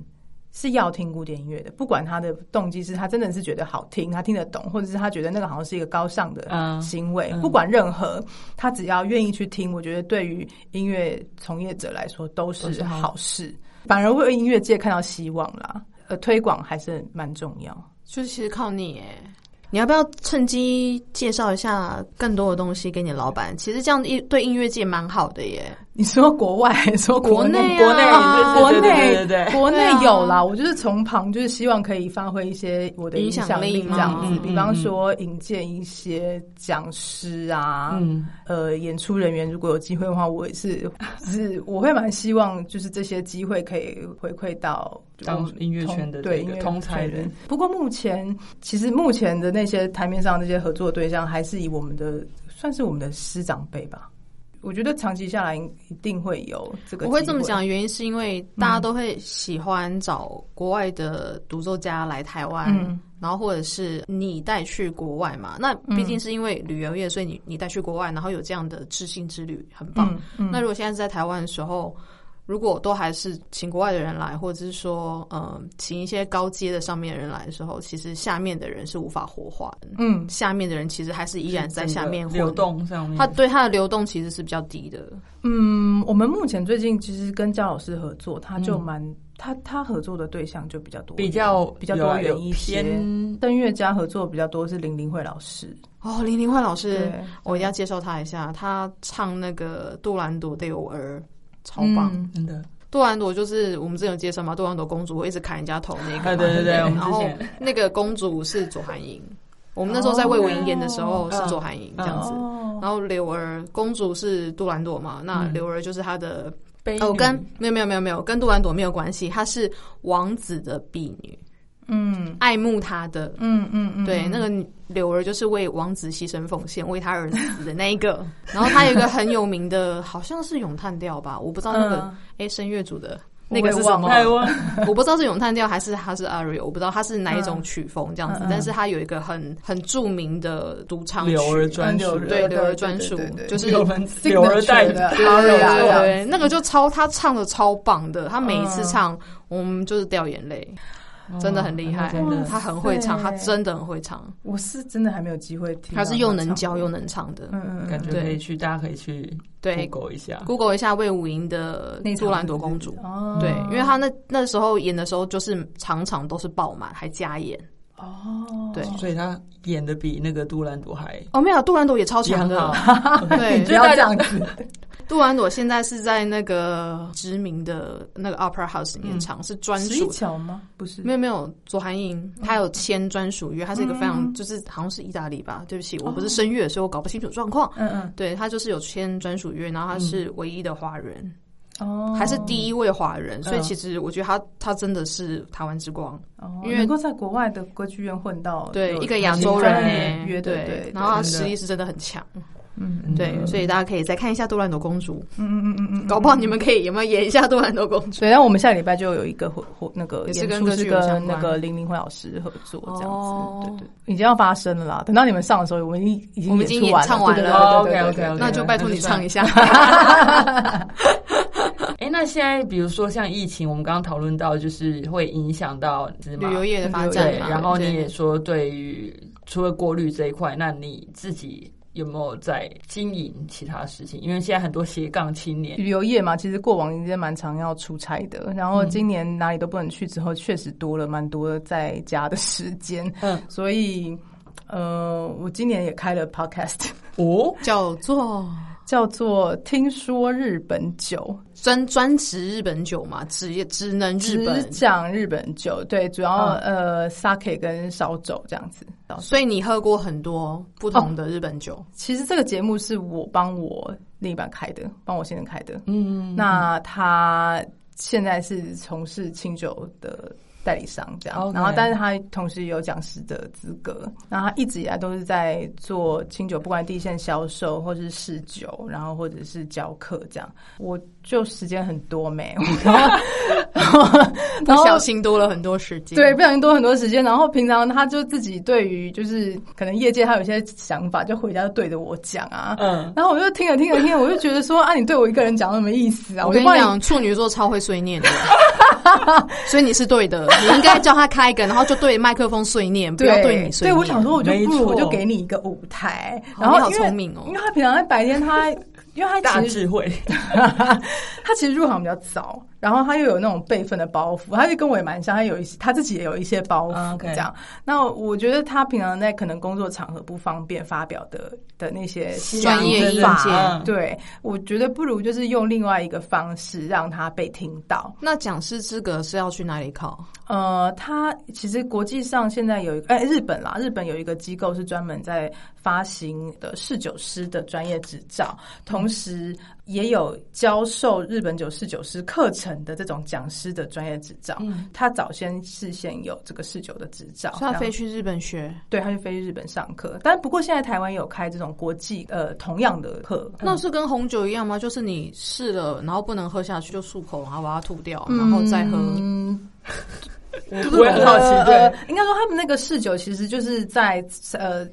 Speaker 3: 是要听古典音乐的，不管他的动机是他真的是觉得好听，他听得懂，或者是他觉得那个好像是一个高尚的
Speaker 2: 嗯
Speaker 3: 行为，不管任何，他只要愿意去听，我觉得对于音乐从业者来说都
Speaker 2: 都是
Speaker 3: 是
Speaker 2: 好
Speaker 3: 好事，反而为音乐界看到希望啦。呃，推广还是蛮重要。
Speaker 1: 就是其实靠你哎、你要不要趁机介绍一下更多的东西给你老板？其实这样一对音乐界蛮好的耶。
Speaker 3: 你说国外，说内，
Speaker 1: 国
Speaker 3: 国
Speaker 1: 内啊
Speaker 3: 国
Speaker 2: 对对对对对对
Speaker 3: 内，
Speaker 2: 对
Speaker 3: 国内
Speaker 1: 对啊
Speaker 3: 有啦。我就是从旁，就是希望可以发挥一些我的
Speaker 1: 影
Speaker 3: 影
Speaker 1: 响
Speaker 3: 响
Speaker 1: 力
Speaker 3: 力这样
Speaker 1: 嘛
Speaker 3: 子，比
Speaker 2: 嗯
Speaker 3: 方
Speaker 2: 嗯
Speaker 3: 说引荐一些讲师啊，
Speaker 2: 嗯，
Speaker 3: 呃演出人员，如果有机会的话，我 也是是我会蛮希望，就是这些机会可以回馈到
Speaker 2: 当
Speaker 3: 我们
Speaker 2: 音乐
Speaker 3: 同
Speaker 2: 圈的
Speaker 3: 对
Speaker 2: 这个
Speaker 3: 音乐
Speaker 2: 同才
Speaker 3: 圈
Speaker 2: 人。
Speaker 3: 不过目前其实目前的那些台面上的这些合作对象，还是以我们的算是我们的师长辈吧。我觉得长期下来一定会有这个。嗯
Speaker 1: 我会这么讲，，原因是因为大家都会喜欢找国外的独奏家来台湾，
Speaker 3: 嗯
Speaker 1: 然后或者是你带去国外嘛。那毕竟是因为旅游业，所以你你带去国外，然后有这样的知性之旅，很棒。
Speaker 3: 嗯嗯
Speaker 1: 那如果现在是在台湾的时候，如果都还是请国外的人来，或者是说，呃，请一些高阶的上面的人来的时候，其实下面的人是无法活化的。
Speaker 3: 嗯，
Speaker 1: 下面的人其实还是依然在下面
Speaker 2: 流
Speaker 1: 混，
Speaker 2: 动上面，
Speaker 1: 他对他的流动其实是比较低的。
Speaker 3: 嗯，我们目前最近其实跟焦老师合作，他就蛮、他他合作的对象就比较多，
Speaker 2: 嗯比较
Speaker 3: 比较多元一些
Speaker 2: 偏。
Speaker 3: 跟乐家合作比较多是林林慧老师，
Speaker 1: 哦，林林焕老师
Speaker 3: 对，
Speaker 1: 我一定要介绍他一下，他唱那个《杜兰朵对我儿》，超棒。
Speaker 3: 嗯
Speaker 2: 真的，
Speaker 1: 杜兰朵就是我们之前有介绍嘛，杜兰朵公主会一直砍人家头那个嘛，
Speaker 2: 啊对对
Speaker 1: 对
Speaker 2: 对我们
Speaker 1: 然
Speaker 2: 之
Speaker 1: 后
Speaker 2: 前
Speaker 1: 那个公主是左韩英，我们那时候在魏文演的时候是左韩英这样子。
Speaker 3: 哦，
Speaker 1: 然后柳儿公主是杜兰朵嘛，那柳儿就是她的
Speaker 2: 悲
Speaker 1: 哦，
Speaker 2: 女
Speaker 1: 跟没有没有没有没有跟杜兰朵没有关系，她是王子的婢女，
Speaker 3: 嗯
Speaker 1: 爱慕她的。
Speaker 3: 嗯嗯嗯，
Speaker 1: 对，那个柳儿就是为王子牺牲奉献，为他而死的那一个。 然后她有一个很有名的，好像是咏叹调吧，我不知道那个
Speaker 3: 嗯
Speaker 1: 哎声乐组的
Speaker 3: 我
Speaker 1: 那个
Speaker 3: 也
Speaker 1: 是什
Speaker 3: 忘
Speaker 1: 么
Speaker 3: 了，
Speaker 2: 台湾
Speaker 1: 我不知道是咏叹调还是它是 Ariel，我不知道它是哪一种曲风这样子，
Speaker 3: 嗯嗯嗯
Speaker 1: 但是它有一个很很著名的独唱曲，
Speaker 2: 柳儿专属
Speaker 3: 嗯，柳
Speaker 1: 对
Speaker 3: 儿
Speaker 1: 柳儿专属
Speaker 3: 对对对，对
Speaker 1: 就是
Speaker 2: 柳
Speaker 1: 对
Speaker 2: 人柳儿带
Speaker 3: 的
Speaker 1: 对啊对
Speaker 3: Ariel，
Speaker 1: 对，那个就超他唱的超棒的，他每一次唱
Speaker 3: 嗯
Speaker 1: 我们就是掉眼泪，啊
Speaker 3: 哦
Speaker 1: 真的很厉害
Speaker 2: 真的，
Speaker 1: 他很会唱，
Speaker 3: 哇
Speaker 1: 他
Speaker 3: 塞
Speaker 1: 真的很会唱，
Speaker 3: 我是真的还没有机会听到
Speaker 1: 他
Speaker 3: 她唱，
Speaker 1: 是又能教又能唱的，
Speaker 3: 嗯嗯
Speaker 2: 感觉可以去，大家可以去
Speaker 1: 对
Speaker 2: Google 一下。
Speaker 1: ，Google 一下魏武营的
Speaker 3: 那
Speaker 1: 《
Speaker 3: 场
Speaker 1: 杜兰朵公主》。
Speaker 2: 嗯
Speaker 3: 哦
Speaker 1: 对，因为他那那时候演的时候，就是场场都是爆满，还加演。
Speaker 3: 哦
Speaker 1: 对
Speaker 2: 所以他演的比那个杜兰朵还
Speaker 1: 哦，没有，杜兰朵也超
Speaker 2: 也
Speaker 1: 强
Speaker 2: 很
Speaker 1: 的。
Speaker 2: 好，
Speaker 1: 对，
Speaker 3: 不要这啊样子，
Speaker 1: 杜兰朵现在是在那个知名的那个 Opera
Speaker 3: 嗯
Speaker 1: House 里面唱，是专
Speaker 3: 十一
Speaker 1: 属。
Speaker 3: 桥吗？不是，
Speaker 1: 没有没有，左韩颖她有签专属约，她是一个非常、
Speaker 3: 嗯哦
Speaker 1: 就是好像是意大利吧，对不起，我不是声乐，所以我搞不清楚状况。
Speaker 3: 嗯嗯
Speaker 1: 对她就是有签专属约，然后她是唯一的华人，
Speaker 3: 哦，
Speaker 1: 还是第一位华人，所以
Speaker 2: 嗯
Speaker 1: 其实我觉得她她真的是台湾之光，
Speaker 3: 哦，
Speaker 1: 因为
Speaker 3: 能够在国外的歌剧院混到
Speaker 1: 对
Speaker 3: 哦有
Speaker 1: 一个亚洲人欸
Speaker 3: 约对对，
Speaker 1: 然后她
Speaker 2: 真的
Speaker 1: 实力是真的很强，
Speaker 3: 嗯嗯
Speaker 2: 嗯
Speaker 1: 对，所以大家可以再看一下《杜兰朵公主》，
Speaker 3: 嗯嗯嗯嗯，
Speaker 1: 搞不好你们可以有没有演一下《杜兰朵公主》？
Speaker 3: 对，然后我们下礼拜就有一个活活那个
Speaker 1: 也是
Speaker 3: 演
Speaker 1: 跟
Speaker 3: 出
Speaker 1: 歌
Speaker 3: 是
Speaker 1: 剧有相
Speaker 3: 跟那
Speaker 1: 关
Speaker 3: 个林林辉老师合作这样子，
Speaker 1: 哦
Speaker 3: 对对，已经要发生了啦。等到你们上的时候，我们已经已
Speaker 1: 我
Speaker 3: 经
Speaker 1: 们已经
Speaker 3: 演出完
Speaker 1: 演唱完
Speaker 3: 对对
Speaker 1: 了
Speaker 3: 对对对
Speaker 2: OK，OK，OK
Speaker 3: 对对对
Speaker 1: 那就拜托你唱 一下。
Speaker 2: 哎，那现在比如说像疫情，我们刚刚讨论到，就是会影响到芝麻
Speaker 1: 旅游业的发展
Speaker 2: 对，
Speaker 1: 嘛，
Speaker 2: 然后你
Speaker 1: 对
Speaker 2: 也说，对于除了过滤这一块，那你自己有没有在经营其他事情？因为现在很多斜杠青年，
Speaker 3: 旅游业嘛，其实过往也蛮常要出差的，然
Speaker 1: 嗯
Speaker 3: 后今年哪里都不能去，之后确实多了蛮多在家的时间，
Speaker 2: 嗯，
Speaker 3: 所以呃，我今年也开了 podcast，
Speaker 2: 哦，
Speaker 1: 叫做
Speaker 3: 叫做《听说日本酒》，
Speaker 1: 专专职日本酒嘛，职业只能日
Speaker 3: 只
Speaker 1: 本，嗯
Speaker 3: 讲日本酒，对，主要、呃 sake 跟烧酒这样子。
Speaker 1: 所以你喝过很多不同的日本酒。
Speaker 3: 其实这个节目是我帮我另一半开的，帮我先生开的。
Speaker 2: 嗯，
Speaker 3: 那他现在是从事清酒的代理商这样
Speaker 2: OK
Speaker 3: 然后但是他同时有讲师的资格，然后他一直以来都是在做清酒，不管第一线销售或是试酒，然后或者是教课这样。我就时间很多没，
Speaker 1: 不
Speaker 3: 然后
Speaker 1: 小心多了很多时间。
Speaker 3: 对，不小心多很多时间。然后平常他就自己对于就是可能业界他有一些想法，就回家就对着我讲啊。
Speaker 2: 嗯
Speaker 3: 然后我就听了听了听了，我就觉得说啊，你对我一个人讲有什么意思啊？
Speaker 1: 我
Speaker 3: 就
Speaker 1: 跟你
Speaker 3: 帮
Speaker 1: 讲，处女座超会碎念 的，所以你是对 的，你应该叫他开一个，然后就对麦克风碎念，不
Speaker 3: 对
Speaker 1: 要对你碎
Speaker 3: 对
Speaker 1: 念。
Speaker 3: 我想说，我就
Speaker 2: 没
Speaker 3: 不如我就
Speaker 2: 错
Speaker 3: 给你一个舞台，
Speaker 1: 哦
Speaker 3: 然后
Speaker 1: 你好
Speaker 3: 因为
Speaker 1: 聪明哦
Speaker 3: 因为他平常在白天他，因为
Speaker 2: 大
Speaker 3: 他其实
Speaker 2: 智慧，
Speaker 3: 他其实入行比较早，然后他又有那种辈分的包袱，他就跟我也蛮像，他有一些他自己也有一些包
Speaker 2: 啊
Speaker 3: 袱
Speaker 2: ，OK
Speaker 3: 这样。那我觉得他平常在可能工作场合不方便发表的的那些
Speaker 1: 专业
Speaker 3: 想
Speaker 1: 意
Speaker 3: 法
Speaker 1: 见
Speaker 2: 嗯
Speaker 3: 对我觉得不如就是用另外一个方式让他被听到。
Speaker 1: 那讲师资格是要去哪里考？
Speaker 3: 呃，它其实国际上现在有一个，哎、日本啦，日本有一个机构是专门在发行的侍酒师的专业执照，同时也有教授日本酒侍酒师课程的这种讲师的专业执照。
Speaker 2: 嗯
Speaker 3: 他早先事先有这个侍酒的执照，
Speaker 1: 是要
Speaker 3: 然后
Speaker 1: 飞去日本学？
Speaker 3: 对，他就飞日本上课。但不过现在台湾有开这种国际呃同样的课，
Speaker 1: 那是跟红酒一样吗？就是你试了，然后不能喝下去就漱口，然后把它吐掉，然后再喝。
Speaker 3: 嗯，
Speaker 2: 我也很好奇，
Speaker 3: 呃
Speaker 2: 对，
Speaker 3: 应该说他们那个侍酒其实就是在呃。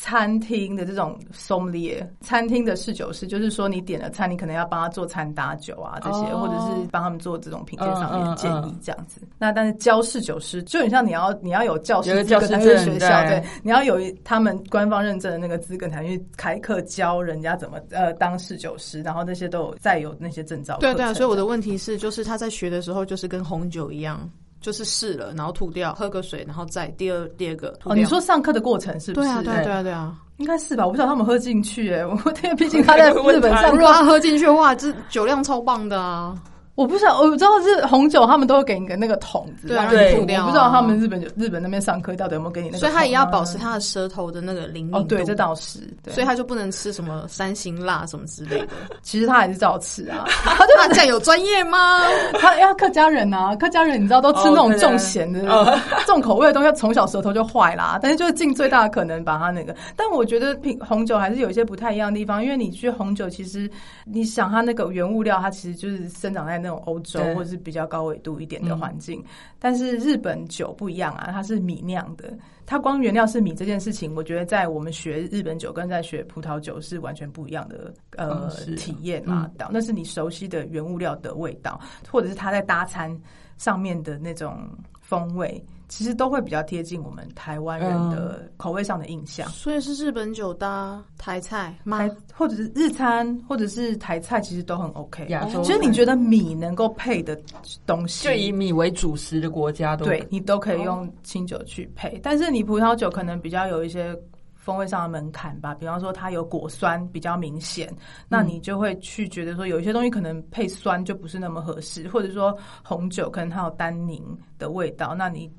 Speaker 3: 餐厅的这种 sommelier，餐厅的侍酒师，就是说你点了餐，你可能要帮他做餐搭酒啊这些
Speaker 2: 哦
Speaker 3: 或者是帮他们做这种品鉴上面
Speaker 2: 嗯嗯
Speaker 3: 的建议
Speaker 2: 嗯
Speaker 3: 这样子。那但是教侍酒师，就很像你要你要有教师
Speaker 2: 有个
Speaker 3: 资格
Speaker 2: 教师
Speaker 3: 才去
Speaker 2: 证
Speaker 3: 学校，
Speaker 2: 对
Speaker 3: 对，你要有他们官方认证的那个资格才去开课教人家怎么呃当侍酒师，然后那些都有再有那些证照课
Speaker 1: 对
Speaker 3: 程这
Speaker 1: 对啊，
Speaker 3: 样。
Speaker 1: 所以我的问题是，就是他在学的时候，就是跟红酒一样，就是试了，然后吐掉，喝个水，然后再第二第二个吐
Speaker 3: 哦，
Speaker 1: 掉。
Speaker 3: 你说上课的过程是不
Speaker 1: 对
Speaker 3: 是？
Speaker 1: 啊，对啊，对啊，对啊。
Speaker 3: 应该是吧？我不知道他们喝 进 去、欸，我因为毕竟他在日本
Speaker 2: 我也
Speaker 3: 上
Speaker 1: 如
Speaker 3: 课
Speaker 1: 果他喝进去的话，这酒量超棒的啊！
Speaker 3: 我不知道，我知道是红酒，他们都会给你个那个桶子，
Speaker 1: 对啊
Speaker 3: 让你
Speaker 2: 对
Speaker 3: 吐
Speaker 1: 吐掉啊
Speaker 3: 我不知道他们日本日本那边上课到底有没有给你那个桶啊、
Speaker 1: 所以他也要保持他的舌头的那个灵敏
Speaker 3: 哦，对，
Speaker 1: 度
Speaker 3: 这倒是，对
Speaker 1: 所以他就不能吃什么三星辣什么之类的。
Speaker 3: 其实他还是照吃啊。
Speaker 1: 他这样有专业吗？
Speaker 3: 他要客家人啊，客家人你知道都吃那
Speaker 2: 哦
Speaker 3: 种
Speaker 2: 对
Speaker 3: 重咸的、
Speaker 2: 哦
Speaker 3: 重口味的东西，从小舌头就坏啦。但是就是尽最大的可能把它那个。 但我觉得品红酒还是有一些不太一样的地方，因为你去红酒，其实你想它那个原物料，它其实就是生长在那种欧洲
Speaker 2: 对
Speaker 3: 或者是比较高纬度一点的环境。但是日本酒不一样啊，它是米酿的，它光原料是米这件事情，我觉得在我们学日本酒跟在学葡萄酒是完全不一样的呃、
Speaker 2: 方式
Speaker 3: 体验啊。
Speaker 2: 嗯
Speaker 3: 到，那是你熟悉的原物料的味道，或者是它在搭餐上面的那种风味，其实都会比较贴近我们台湾人
Speaker 2: 嗯
Speaker 3: 的口味上的印象。
Speaker 1: 所以是日本酒搭台菜
Speaker 2: 啊
Speaker 1: 吗？
Speaker 3: 台嗯或者是日餐，或者是台菜，其实都很 OK。
Speaker 2: 亚洲
Speaker 3: 其实你觉得米能够配的东西，
Speaker 2: 就以米为主食的国家都哦
Speaker 3: 对你都可以用清酒去配，但是你葡萄酒可能比较有一些风味上的门槛吧，比方说它有果酸比较明显，
Speaker 2: 嗯
Speaker 3: 那你就会去觉得说有一些东西可能配酸就不是那么合适，或者说红酒可能它有单宁的味道，那你。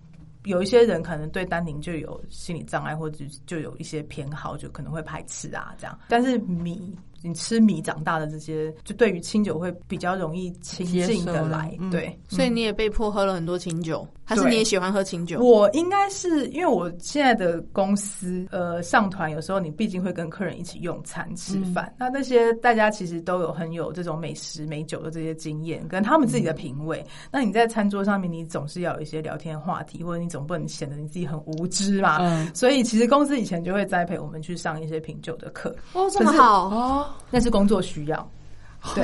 Speaker 3: 有一些人可能对单宁就有心理障碍，或者就有一些偏好，就可能会排斥啊这样。但是米，你吃米长大的这些，就对于清酒会比较容易亲
Speaker 2: 接
Speaker 3: 近
Speaker 2: 受
Speaker 3: 的
Speaker 2: 了
Speaker 3: 来，
Speaker 2: 嗯
Speaker 3: 对。
Speaker 1: 所以你也被迫喝了很多清酒，还是你也喜欢喝清酒？
Speaker 3: 我应该是因为我现在的公司，呃，上团有时候你毕竟会跟客人一起用餐吃饭，那那些大家其实都有很有这种美食美酒的这些经验，跟他们自己的品味。那你在餐桌上面，你总是要有一些聊天话题，或者你总不能显得你自己很无知嘛。
Speaker 2: 嗯
Speaker 3: 所以其实公司以前就会栽培我们去上一些品酒的课，
Speaker 1: 哦，这么好，
Speaker 2: 哦，
Speaker 3: 那是工作需 要。对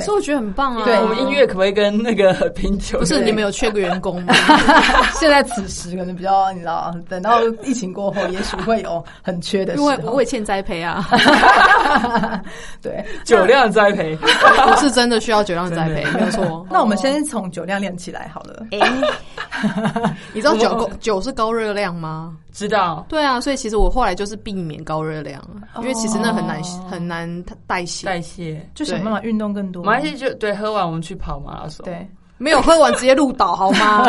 Speaker 1: 可是我觉得很棒啊。
Speaker 3: 对
Speaker 2: 我们音乐可不可以跟那个 品酒
Speaker 1: 不是
Speaker 2: 对
Speaker 1: 你们有缺个员工吗？
Speaker 3: 现在此时可能比较，你知道，等到疫情过后，也许会有很缺的时
Speaker 1: 因
Speaker 3: 候。
Speaker 1: 为我也欠栽培 啊，
Speaker 3: 对，
Speaker 2: 酒量栽培？
Speaker 1: 不是真的需要酒量栽培，
Speaker 2: 真的
Speaker 1: 没有错。
Speaker 3: 那我们先从酒量练起来好了。
Speaker 1: 哎， 你知道酒
Speaker 2: 我
Speaker 1: 高酒是高热量吗？
Speaker 2: 知道
Speaker 1: 对啊，所以其实我后来就是避免高热量，啊因为其实那很难很难哦代谢，
Speaker 2: 代谢。
Speaker 3: 就想办法运动更多。
Speaker 2: 没关系，就对，喝完我们去跑马拉松，，
Speaker 3: 对，
Speaker 1: 没有喝完直接入岛好吗？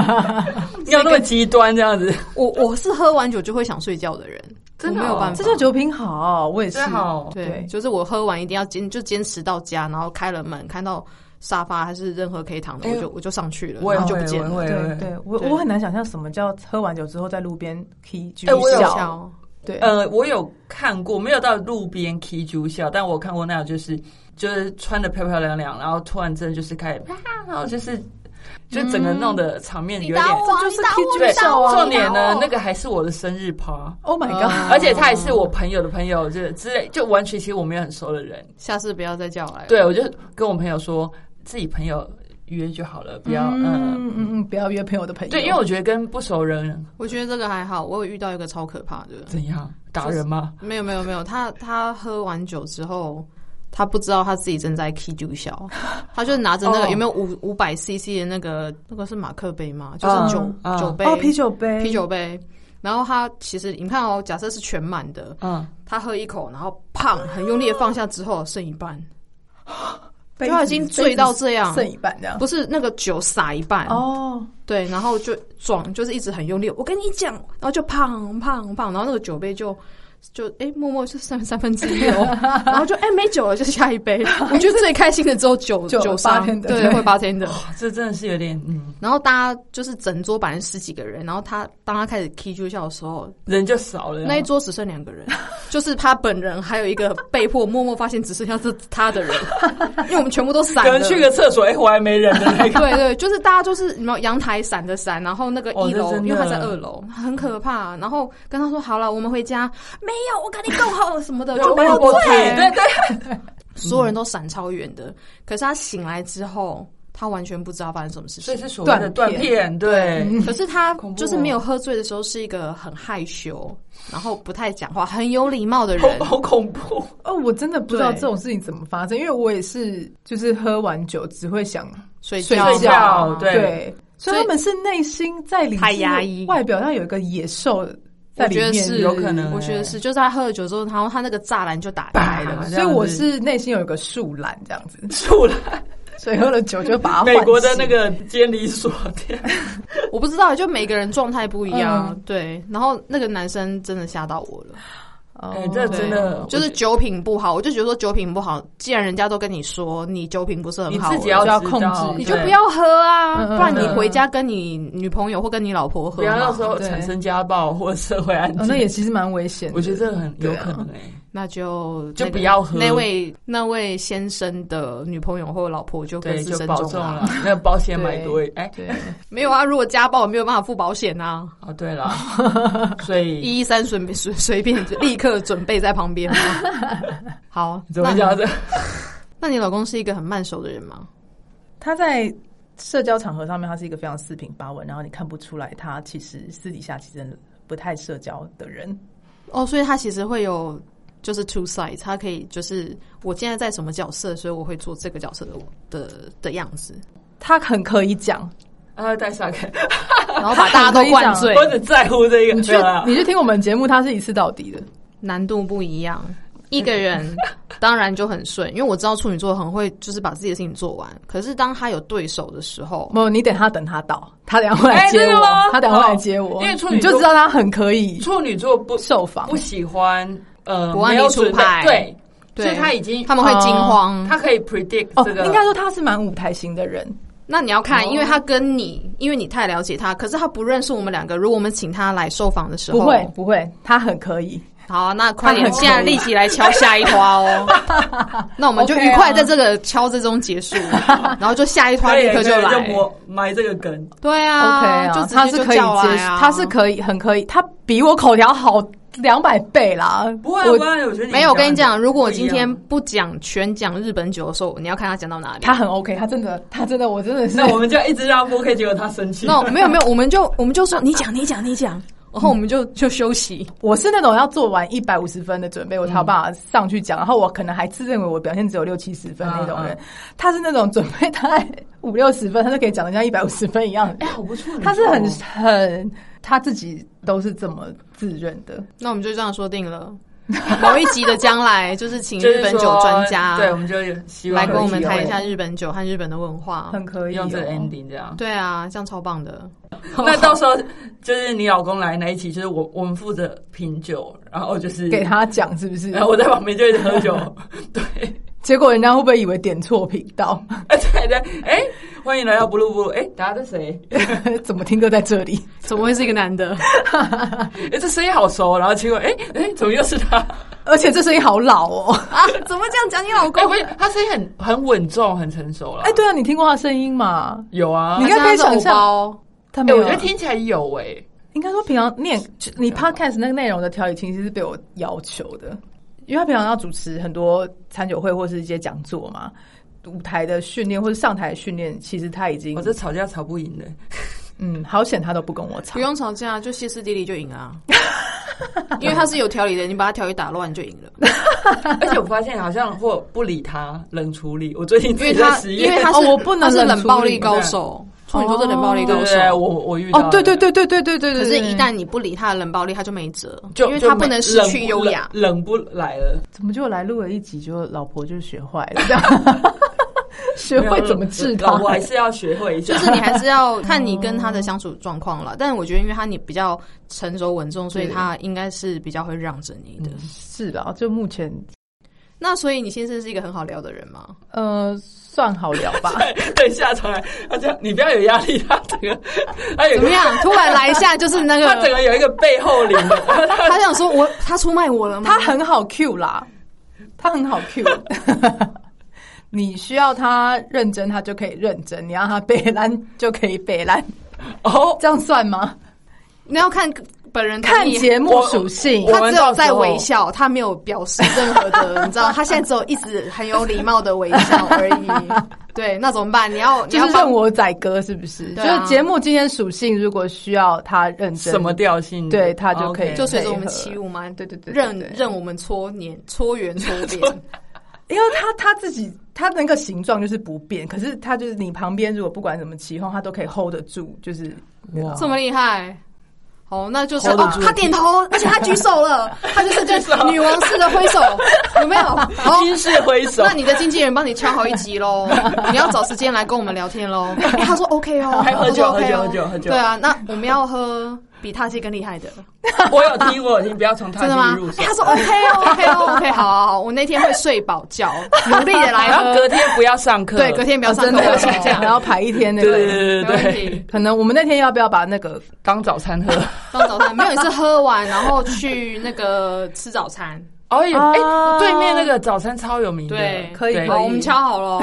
Speaker 2: 要那么极端这样子，
Speaker 1: 我我是喝完酒就会想睡觉的人，
Speaker 2: 真的
Speaker 1: 我没有
Speaker 2: 哦
Speaker 1: 办
Speaker 3: 这
Speaker 1: 法。
Speaker 3: 叫酒品好，我也是。
Speaker 2: 真好。
Speaker 1: 对
Speaker 3: 对，
Speaker 1: 就是我喝完一定要坚，就坚持到家，然后开了门，看到沙发还是任何可以躺的，
Speaker 2: 哎
Speaker 1: 我就我就上去了，
Speaker 2: 我也
Speaker 1: 然后就
Speaker 2: 会
Speaker 1: 不见
Speaker 2: 我
Speaker 1: 了。
Speaker 2: 也
Speaker 3: 对
Speaker 2: 会，
Speaker 3: 对，我
Speaker 1: 对
Speaker 3: 我很难想象什么叫喝完酒之后在路边 K 居
Speaker 2: 哎我有
Speaker 3: 笑。
Speaker 1: 笑
Speaker 3: 对，
Speaker 2: 呃，我有看过，没有到路边 K 猪笑，但我有看过那种就是就是穿的漂漂亮亮，然后突然真的就是开始啪，然后就是就整个弄的场面有点。
Speaker 1: 啊
Speaker 3: 这就是 K
Speaker 2: 对
Speaker 3: 居笑啊。
Speaker 2: 重点呢，那个还是我的生日趴。
Speaker 3: Oh my
Speaker 1: 嗯
Speaker 3: god！
Speaker 2: 而且他也是我朋友的朋友，就是之类，就完全其实我没有很熟的人。
Speaker 1: 下次不要再叫来了。
Speaker 2: 对，我就跟我朋友说，自己朋友约就好了，不要嗯
Speaker 3: 嗯嗯嗯，不要约朋友的朋友。
Speaker 2: 对，因为我觉得跟不熟人
Speaker 1: 我觉得这个还好，我有遇到一个超可怕的，
Speaker 2: 怎样打人吗？
Speaker 1: 没有没有没有，他他喝完酒之后。他不知道他自己正在 K 酒 笑，他就拿着那
Speaker 2: 哦
Speaker 1: 个有没有五五百 CC 的那个那个是马克杯吗？就是酒
Speaker 2: 嗯
Speaker 1: 酒
Speaker 2: 嗯
Speaker 1: 杯
Speaker 3: 哦啤酒杯，
Speaker 1: 啤酒杯，然后他其实你看哦，假设是全满的，
Speaker 2: 嗯，
Speaker 1: 他喝一口，然后胖，很用力的放下之后，剩一半，
Speaker 3: 杯
Speaker 1: 就
Speaker 3: 子
Speaker 1: 他已经醉到这样嗯
Speaker 3: 杯子剩一半这样。
Speaker 1: 不是那个酒洒一半，
Speaker 3: 哦，
Speaker 1: 对，然后就撞，就是一直很用力。我跟你讲，然后就胖胖胖，然后那个酒杯就。就哎，默默就剩三分之一 哦，然后就哎没酒了，就下一杯。我觉得最开心的只有酒
Speaker 3: 酒
Speaker 1: 酒商，
Speaker 3: bartender
Speaker 1: 对，
Speaker 3: 对
Speaker 1: 会八天的。
Speaker 2: 这真的是有点嗯，
Speaker 1: 然后大家就是整桌本来十几个人，然后他当他开始 K 就笑的时候，
Speaker 2: 人就少了。
Speaker 1: 那一桌只剩两个人，就是他本人，还有一个被迫默默发现只剩下这他 的人，因为我们全部都散
Speaker 2: 可
Speaker 1: 了。
Speaker 2: 能去个厕所，哎、我还没人的那个。
Speaker 1: 对对，就是大家就是你们阳台闪着闪，然后那个
Speaker 2: 哦
Speaker 1: 一
Speaker 2: 这
Speaker 1: 楼，
Speaker 2: 真的
Speaker 1: 因为他在二楼，很可怕。啊然后跟他说好了，我们回家，没有，我跟你够好了什么的， 就没有
Speaker 2: 我
Speaker 1: 对
Speaker 2: 对对，
Speaker 1: 所有人都闪超远的。可是他醒来之后，他完全不知道发生什么事
Speaker 2: 所
Speaker 1: 情
Speaker 2: 以。是所谓的断片，对，
Speaker 1: 可是他
Speaker 2: 恐怖哦
Speaker 1: 就是没有喝醉的时候，是一个很害羞，然后不太讲话，很有礼貌的人。
Speaker 2: 好好恐怖。
Speaker 3: 哦，我真的不知道
Speaker 1: 对
Speaker 3: 这种事情怎么发生，因为我也是，就是喝完酒只会想
Speaker 1: 睡
Speaker 3: 睡
Speaker 1: 觉，
Speaker 2: 觉对
Speaker 3: 所以他们是内心在理智
Speaker 1: 太压抑
Speaker 3: 外表上有一个野兽在
Speaker 1: 我
Speaker 3: 里
Speaker 1: 觉
Speaker 3: 面，
Speaker 1: 得是
Speaker 2: 有可能
Speaker 1: 我觉得是，就是他喝了酒之后，然后他那个栅栏就打
Speaker 2: 白
Speaker 1: 开
Speaker 2: 了
Speaker 1: 了。
Speaker 3: 所以我是内心有一个树懒这样子。
Speaker 2: 树懒，
Speaker 3: 所以喝了酒就把它唤
Speaker 2: 美
Speaker 3: 醒
Speaker 2: 国的那个监理所店，
Speaker 1: 我不知道，就每个人状态不一样，
Speaker 3: 嗯
Speaker 1: 对。然后那个男生真的吓到我了，
Speaker 3: 哦
Speaker 2: 哎这
Speaker 1: 对
Speaker 2: 真的
Speaker 1: 就是酒品不好，我就觉得说酒品不好，既然人家都跟你说你酒品不是很
Speaker 2: 你
Speaker 1: 好，
Speaker 2: 自己要
Speaker 3: 就要
Speaker 2: 知
Speaker 3: 控
Speaker 2: 道
Speaker 3: 制
Speaker 1: 你
Speaker 3: 你
Speaker 1: 就
Speaker 2: 对
Speaker 1: 不要喝啊，
Speaker 3: 嗯嗯
Speaker 1: 不然你
Speaker 2: 嗯
Speaker 1: 回家跟你女朋友或跟你老婆喝
Speaker 2: 不要
Speaker 1: 嘛
Speaker 2: 到时候
Speaker 3: 对
Speaker 2: 产生家暴或者社会案
Speaker 3: 哦
Speaker 2: 件。
Speaker 3: 那也其实蛮危险的。
Speaker 2: 我觉得这个很有
Speaker 3: 对啊
Speaker 2: 可能哎、
Speaker 1: 那就
Speaker 2: 就
Speaker 1: 那个
Speaker 2: 不要喝
Speaker 1: 那位那位先生的女朋友或老婆就各
Speaker 2: 对，
Speaker 1: 自
Speaker 2: 就
Speaker 1: 珍
Speaker 2: 保
Speaker 1: 重啊
Speaker 2: 重
Speaker 1: 啦
Speaker 2: 了。那个保险买多一哎、
Speaker 3: 对，
Speaker 1: 没有啊，如果家暴没有办法付保险 啊，
Speaker 2: 哦对了，所以
Speaker 1: 一一三随便 随随便就立刻准备在旁 边啊。好，
Speaker 2: 怎么
Speaker 1: 那
Speaker 2: 讲这？
Speaker 1: 那你老公是一个很慢熟的人吗？
Speaker 3: 他在社交场合上面，他是一个非常四平八稳，然后你看不出来他其实私底下其实不太社交的人。
Speaker 1: 哦，所以他其实会有就是 two sides，他可以就是我现在在什么角色，所以我会做这个角色的我的的样 子，
Speaker 3: 他很可以讲，
Speaker 2: 他 会带下开，
Speaker 1: 然后把大家都灌醉
Speaker 2: 我，只在乎这个。
Speaker 3: 你去
Speaker 2: 对啊
Speaker 3: 你去听我们节目，他是一次到底的。
Speaker 1: 难度不一样。一个人当然就很顺，因为我知道处女座很会就是把自己的事情做完，可是当他有对手的时候，
Speaker 3: 没有，你等他，等他到，他等下会来
Speaker 2: 哎
Speaker 3: 接
Speaker 2: 真的
Speaker 3: 我，
Speaker 2: 吗
Speaker 3: 他等下会来接
Speaker 2: 哦
Speaker 3: 我，
Speaker 2: 因为处女
Speaker 3: 你就
Speaker 2: 座
Speaker 3: 知道他很可以
Speaker 2: 处女座不
Speaker 3: 受访
Speaker 2: 不。喜欢呃
Speaker 1: 不按
Speaker 2: 没有
Speaker 1: 理出
Speaker 2: 准备
Speaker 1: 牌
Speaker 2: 对，
Speaker 1: 对
Speaker 2: 所以他已经
Speaker 1: 他们呃会惊慌。
Speaker 2: 他可以 predict
Speaker 3: 哦
Speaker 2: 这，个，
Speaker 3: 应该说他是蛮舞台型的人，
Speaker 1: 那你要看，
Speaker 2: 哦
Speaker 1: 因为他跟你，因为你太了解他，可是他不认识我们两个。如果我们请他来受访的时候，
Speaker 3: 不会不会，他很可以。
Speaker 1: 好啊，那快点，
Speaker 3: 他很
Speaker 1: 现在立即来敲下一花哦。 那我们就愉快
Speaker 3: OK 啊
Speaker 1: 在这个敲字中结束，然后就下一花
Speaker 2: 可
Speaker 1: 立
Speaker 2: 以
Speaker 1: 刻
Speaker 2: 可以就
Speaker 1: 来。
Speaker 2: 磨埋这个梗。
Speaker 1: 对啊
Speaker 3: OK 啊，
Speaker 1: 就直
Speaker 3: 他
Speaker 1: 接
Speaker 3: 是
Speaker 1: 就
Speaker 3: 可以
Speaker 1: 叫来
Speaker 3: 接，
Speaker 1: 啊，
Speaker 3: 他是可以很可以，他比我口条好两百倍啦。
Speaker 2: 不会啊，
Speaker 3: 我
Speaker 2: 不然我觉得
Speaker 1: 没有。我跟你讲，
Speaker 2: 的
Speaker 1: 如果我
Speaker 2: 不一
Speaker 1: 今
Speaker 2: 样
Speaker 1: 天不讲全讲日本酒的时候，你要看他讲到哪里。
Speaker 3: 他很 OK，他真的，他真的，我真的是
Speaker 2: 那我们就一直让 OK，结果他生气。
Speaker 1: 那没有没有，我们就我们就说你讲你讲你讲，然
Speaker 3: 哦
Speaker 1: 后我们就就休息。
Speaker 3: 我是那种要做完一百五十分的准备，我才有办法上去讲。然后我可能还自认为我表现只有六七十分那种人，
Speaker 2: 嗯
Speaker 3: 他是那种准备大概五六十分，他就可以讲的像一百五十分一 样。
Speaker 2: 哎，好不错，
Speaker 3: 他是很
Speaker 2: 你说
Speaker 3: 很他自己都是这么自认的。
Speaker 1: 那我们就这样说定了。某一集的将来就是请
Speaker 2: 就是
Speaker 1: 日本酒
Speaker 2: 说
Speaker 1: 专家
Speaker 2: 对，我们就希望
Speaker 1: 来跟我们
Speaker 2: 有
Speaker 1: 谈一下日本酒和日本的文化。
Speaker 3: 很可以哦
Speaker 2: 用这个 ending 这样。
Speaker 1: 对啊，这样超棒的。
Speaker 2: 那到时候就是你老公来那一期，就是我我们负责品酒，然后就是
Speaker 3: 给，他讲是不是？
Speaker 2: 然后我在旁边就一直喝酒。 对，
Speaker 3: 结果人家会不会以为点错频道？
Speaker 2: 而且对，哎，欢迎来到 Blue Blue，哎，大家这谁？
Speaker 3: 怎么听都在这里。
Speaker 1: 怎么会是一个男的？
Speaker 2: 哎，这声音好熟，然后结果哎哎，怎么又是 他？
Speaker 3: 而且这声音好老哦！
Speaker 1: 啊？怎么这样讲你老公
Speaker 2: 哎，？不是，他声音很很稳重，很成熟了。
Speaker 3: 哎，，对啊，你听过他声音嘛？
Speaker 2: 有啊
Speaker 3: 你。应该可以想
Speaker 1: 他
Speaker 3: 象
Speaker 1: 是他的偶包
Speaker 3: 他没
Speaker 2: 哎，
Speaker 3: 有，
Speaker 2: 我觉得听起来有哎，
Speaker 3: 应该说平常念你 podcast 那个内容的调理，其实是被我要求的，因为他平常要主持很多餐酒会或是一些讲座嘛，舞台的训练或者上台的训练，其实他已经
Speaker 2: 我这吵架吵不赢的。
Speaker 3: 嗯，好险他都不跟我吵
Speaker 1: 不。用吵架，就歇斯底里就赢啊。因为他是有条理的，你把他条理打乱就赢了。
Speaker 2: 而且我发现好像或不理他，冷处理。我最近
Speaker 1: 因
Speaker 2: 自
Speaker 1: 为
Speaker 2: 己在
Speaker 1: 他，
Speaker 2: 实验，
Speaker 1: 因为他是、
Speaker 3: 哦我不能
Speaker 1: 他是
Speaker 3: 冷
Speaker 1: 冷
Speaker 3: 处
Speaker 1: 暴
Speaker 3: 理
Speaker 1: 力高
Speaker 2: 对
Speaker 1: 手，处女座是冷暴力
Speaker 2: 对
Speaker 1: 高
Speaker 2: 不
Speaker 1: 手。
Speaker 2: 对？我我遇到
Speaker 3: 哦，对对对对对对对
Speaker 1: 可
Speaker 3: 对，
Speaker 1: 是，
Speaker 3: 对
Speaker 1: 一旦你不理他的冷暴力，他就没辙，
Speaker 2: 就
Speaker 1: 因为
Speaker 2: 就
Speaker 1: 他不
Speaker 2: 没
Speaker 1: 能失
Speaker 2: 冷
Speaker 1: 去
Speaker 2: 不
Speaker 1: 优雅。
Speaker 2: 冷冷不来了，
Speaker 3: 怎么就来录了一集，就老婆就学坏 了，这样学会怎么治他
Speaker 2: 我？还是要学会一下。
Speaker 1: 就是你还是要看你跟他的相处状况了，但我觉得，因为他你比较成熟稳重，所以
Speaker 3: 对
Speaker 1: 他应该是比较会让着你的。
Speaker 3: 是啊，就目前
Speaker 1: 那所以你先生是一个很好聊的人吗？
Speaker 3: 呃算好聊吧。
Speaker 2: 等一下重来，他这样你不要有压力，他整个他有
Speaker 1: 怎么
Speaker 2: 个
Speaker 1: 样？突然来一下，就是那
Speaker 2: 他整
Speaker 1: 个，
Speaker 2: 个有一个背后灵的，
Speaker 1: 他想说我他出卖
Speaker 2: 嗯
Speaker 1: 我了吗？
Speaker 3: 他很好 Q 啦，他很好 Q。你需要他认真，他就可以认真；你让他北烂，就可以北 烂。
Speaker 2: 哦，
Speaker 3: 这样算吗？
Speaker 1: 你要看本人同
Speaker 3: 看
Speaker 1: 意
Speaker 3: 节目
Speaker 2: 我
Speaker 3: 属性
Speaker 2: 我，
Speaker 1: 他
Speaker 2: 们
Speaker 1: 只有
Speaker 2: 到时
Speaker 1: 在
Speaker 2: 候
Speaker 1: 微笑，他没有表示任何 的，你知道，他现在只有一直很有礼貌的微笑而 已。对，那怎么办？你要你
Speaker 3: 就
Speaker 1: 要
Speaker 3: 是
Speaker 1: 帮
Speaker 3: 任我宰割，是不是？
Speaker 1: 对啊
Speaker 3: 就是节目今天属性，如果需要他认真，
Speaker 2: 什么调性？
Speaker 3: 对他就可以
Speaker 2: OK
Speaker 1: 就随着我们起舞吗？
Speaker 3: 对对对对
Speaker 1: 任
Speaker 3: 对哦
Speaker 1: 任我们搓黏搓圆搓扁。
Speaker 3: 因为他他自己他那个形状就是不变，可是他就是你旁边如果不管怎么起哄，他都可以 hold 得住，就是
Speaker 2: 哇
Speaker 1: 这么厉害，好，那就是
Speaker 2: Hold 得
Speaker 1: 哦
Speaker 2: 住，
Speaker 1: 他点头，而且他举手了，他就是 这女王式的挥手，有没有？好，
Speaker 2: 金氏挥手
Speaker 1: 那，你的经纪人帮你敲好一集 喽，你要找时间来跟我们聊天喽。哎他说 OK 哦，
Speaker 2: 还喝
Speaker 1: 他说
Speaker 2: 酒
Speaker 1: OK 哦
Speaker 2: 喝酒喝酒喝酒
Speaker 1: 对啊，那我们要喝比踏界更厉害的，
Speaker 2: 我有听，我有听，不要从他
Speaker 1: 真的
Speaker 2: 这
Speaker 1: 吗
Speaker 2: 里入？手
Speaker 1: 哎，。他说 OK 哦，OK 哦，OK，好好好，我那天会睡饱觉，努力的来
Speaker 2: 然后
Speaker 1: 喝。
Speaker 2: 隔天不要上课，
Speaker 1: 对，隔天不要上
Speaker 3: 哦真
Speaker 1: 课，
Speaker 3: 的
Speaker 1: 我请 假。
Speaker 2: 哦
Speaker 3: 然后排一天那
Speaker 2: 对对
Speaker 3: 个。
Speaker 2: 对
Speaker 1: 没
Speaker 2: 对
Speaker 1: 问
Speaker 2: 对，
Speaker 1: 题，
Speaker 3: 可能我们那天要不要把那个
Speaker 2: 当早餐 喝。
Speaker 1: 当早餐没有，你是喝完然后去那个吃早餐。
Speaker 2: 哦，也
Speaker 3: 啊
Speaker 2: 哎，对面那个早餐超有名的，
Speaker 1: 对，
Speaker 3: 可以
Speaker 2: 对
Speaker 1: 好，我们敲好 了，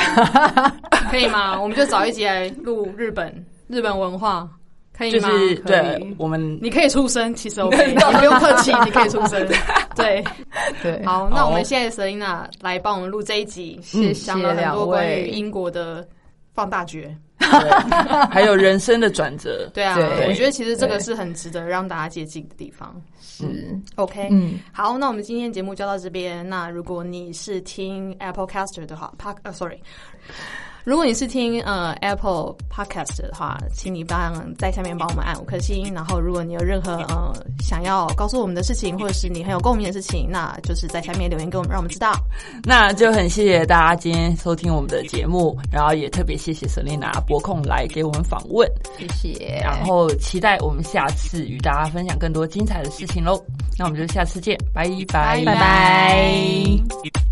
Speaker 1: 可以吗？我们就找一集来录日本日本文化，可以
Speaker 2: 就
Speaker 1: 吗？
Speaker 2: 是
Speaker 3: 可以
Speaker 2: 对 我们
Speaker 1: 你可以出声， 其实 OK，你不用 客气，你可以出声。对，
Speaker 3: 对
Speaker 1: 好，嗯那我
Speaker 2: 好
Speaker 1: 们谢谢 Selina 来帮我们录这一集，
Speaker 3: 谢谢
Speaker 1: 讲了很多
Speaker 3: 两
Speaker 1: 关于
Speaker 3: 位
Speaker 1: 英国的放大决。
Speaker 2: 对还有人生的转折，
Speaker 1: 对啊，
Speaker 3: 对
Speaker 1: 我觉得其实这个是很值得让大家接近的地方。
Speaker 3: 是
Speaker 1: OK，
Speaker 3: 嗯
Speaker 1: 好，那我们今天节目就到这边。那如果你是听 Apple Caster 的话，Pod 呃，sorry，如果你是听呃 Apple Podcast 的话，请你帮在下面帮我们按五颗星。然后，如果你有任何呃想要告诉我们的事情，或者是你很有共鸣的事情，那就是在下面留言给我们，让我们知道。
Speaker 2: 那就很谢谢大家今天收听我们的节目，然后也特别谢谢 Selina 拨空来给我们访问，
Speaker 3: 谢谢
Speaker 2: 然后期待我们下次与大家分享更多精彩的事情喽。那我们就下次见，拜拜
Speaker 1: 拜拜。
Speaker 2: 拜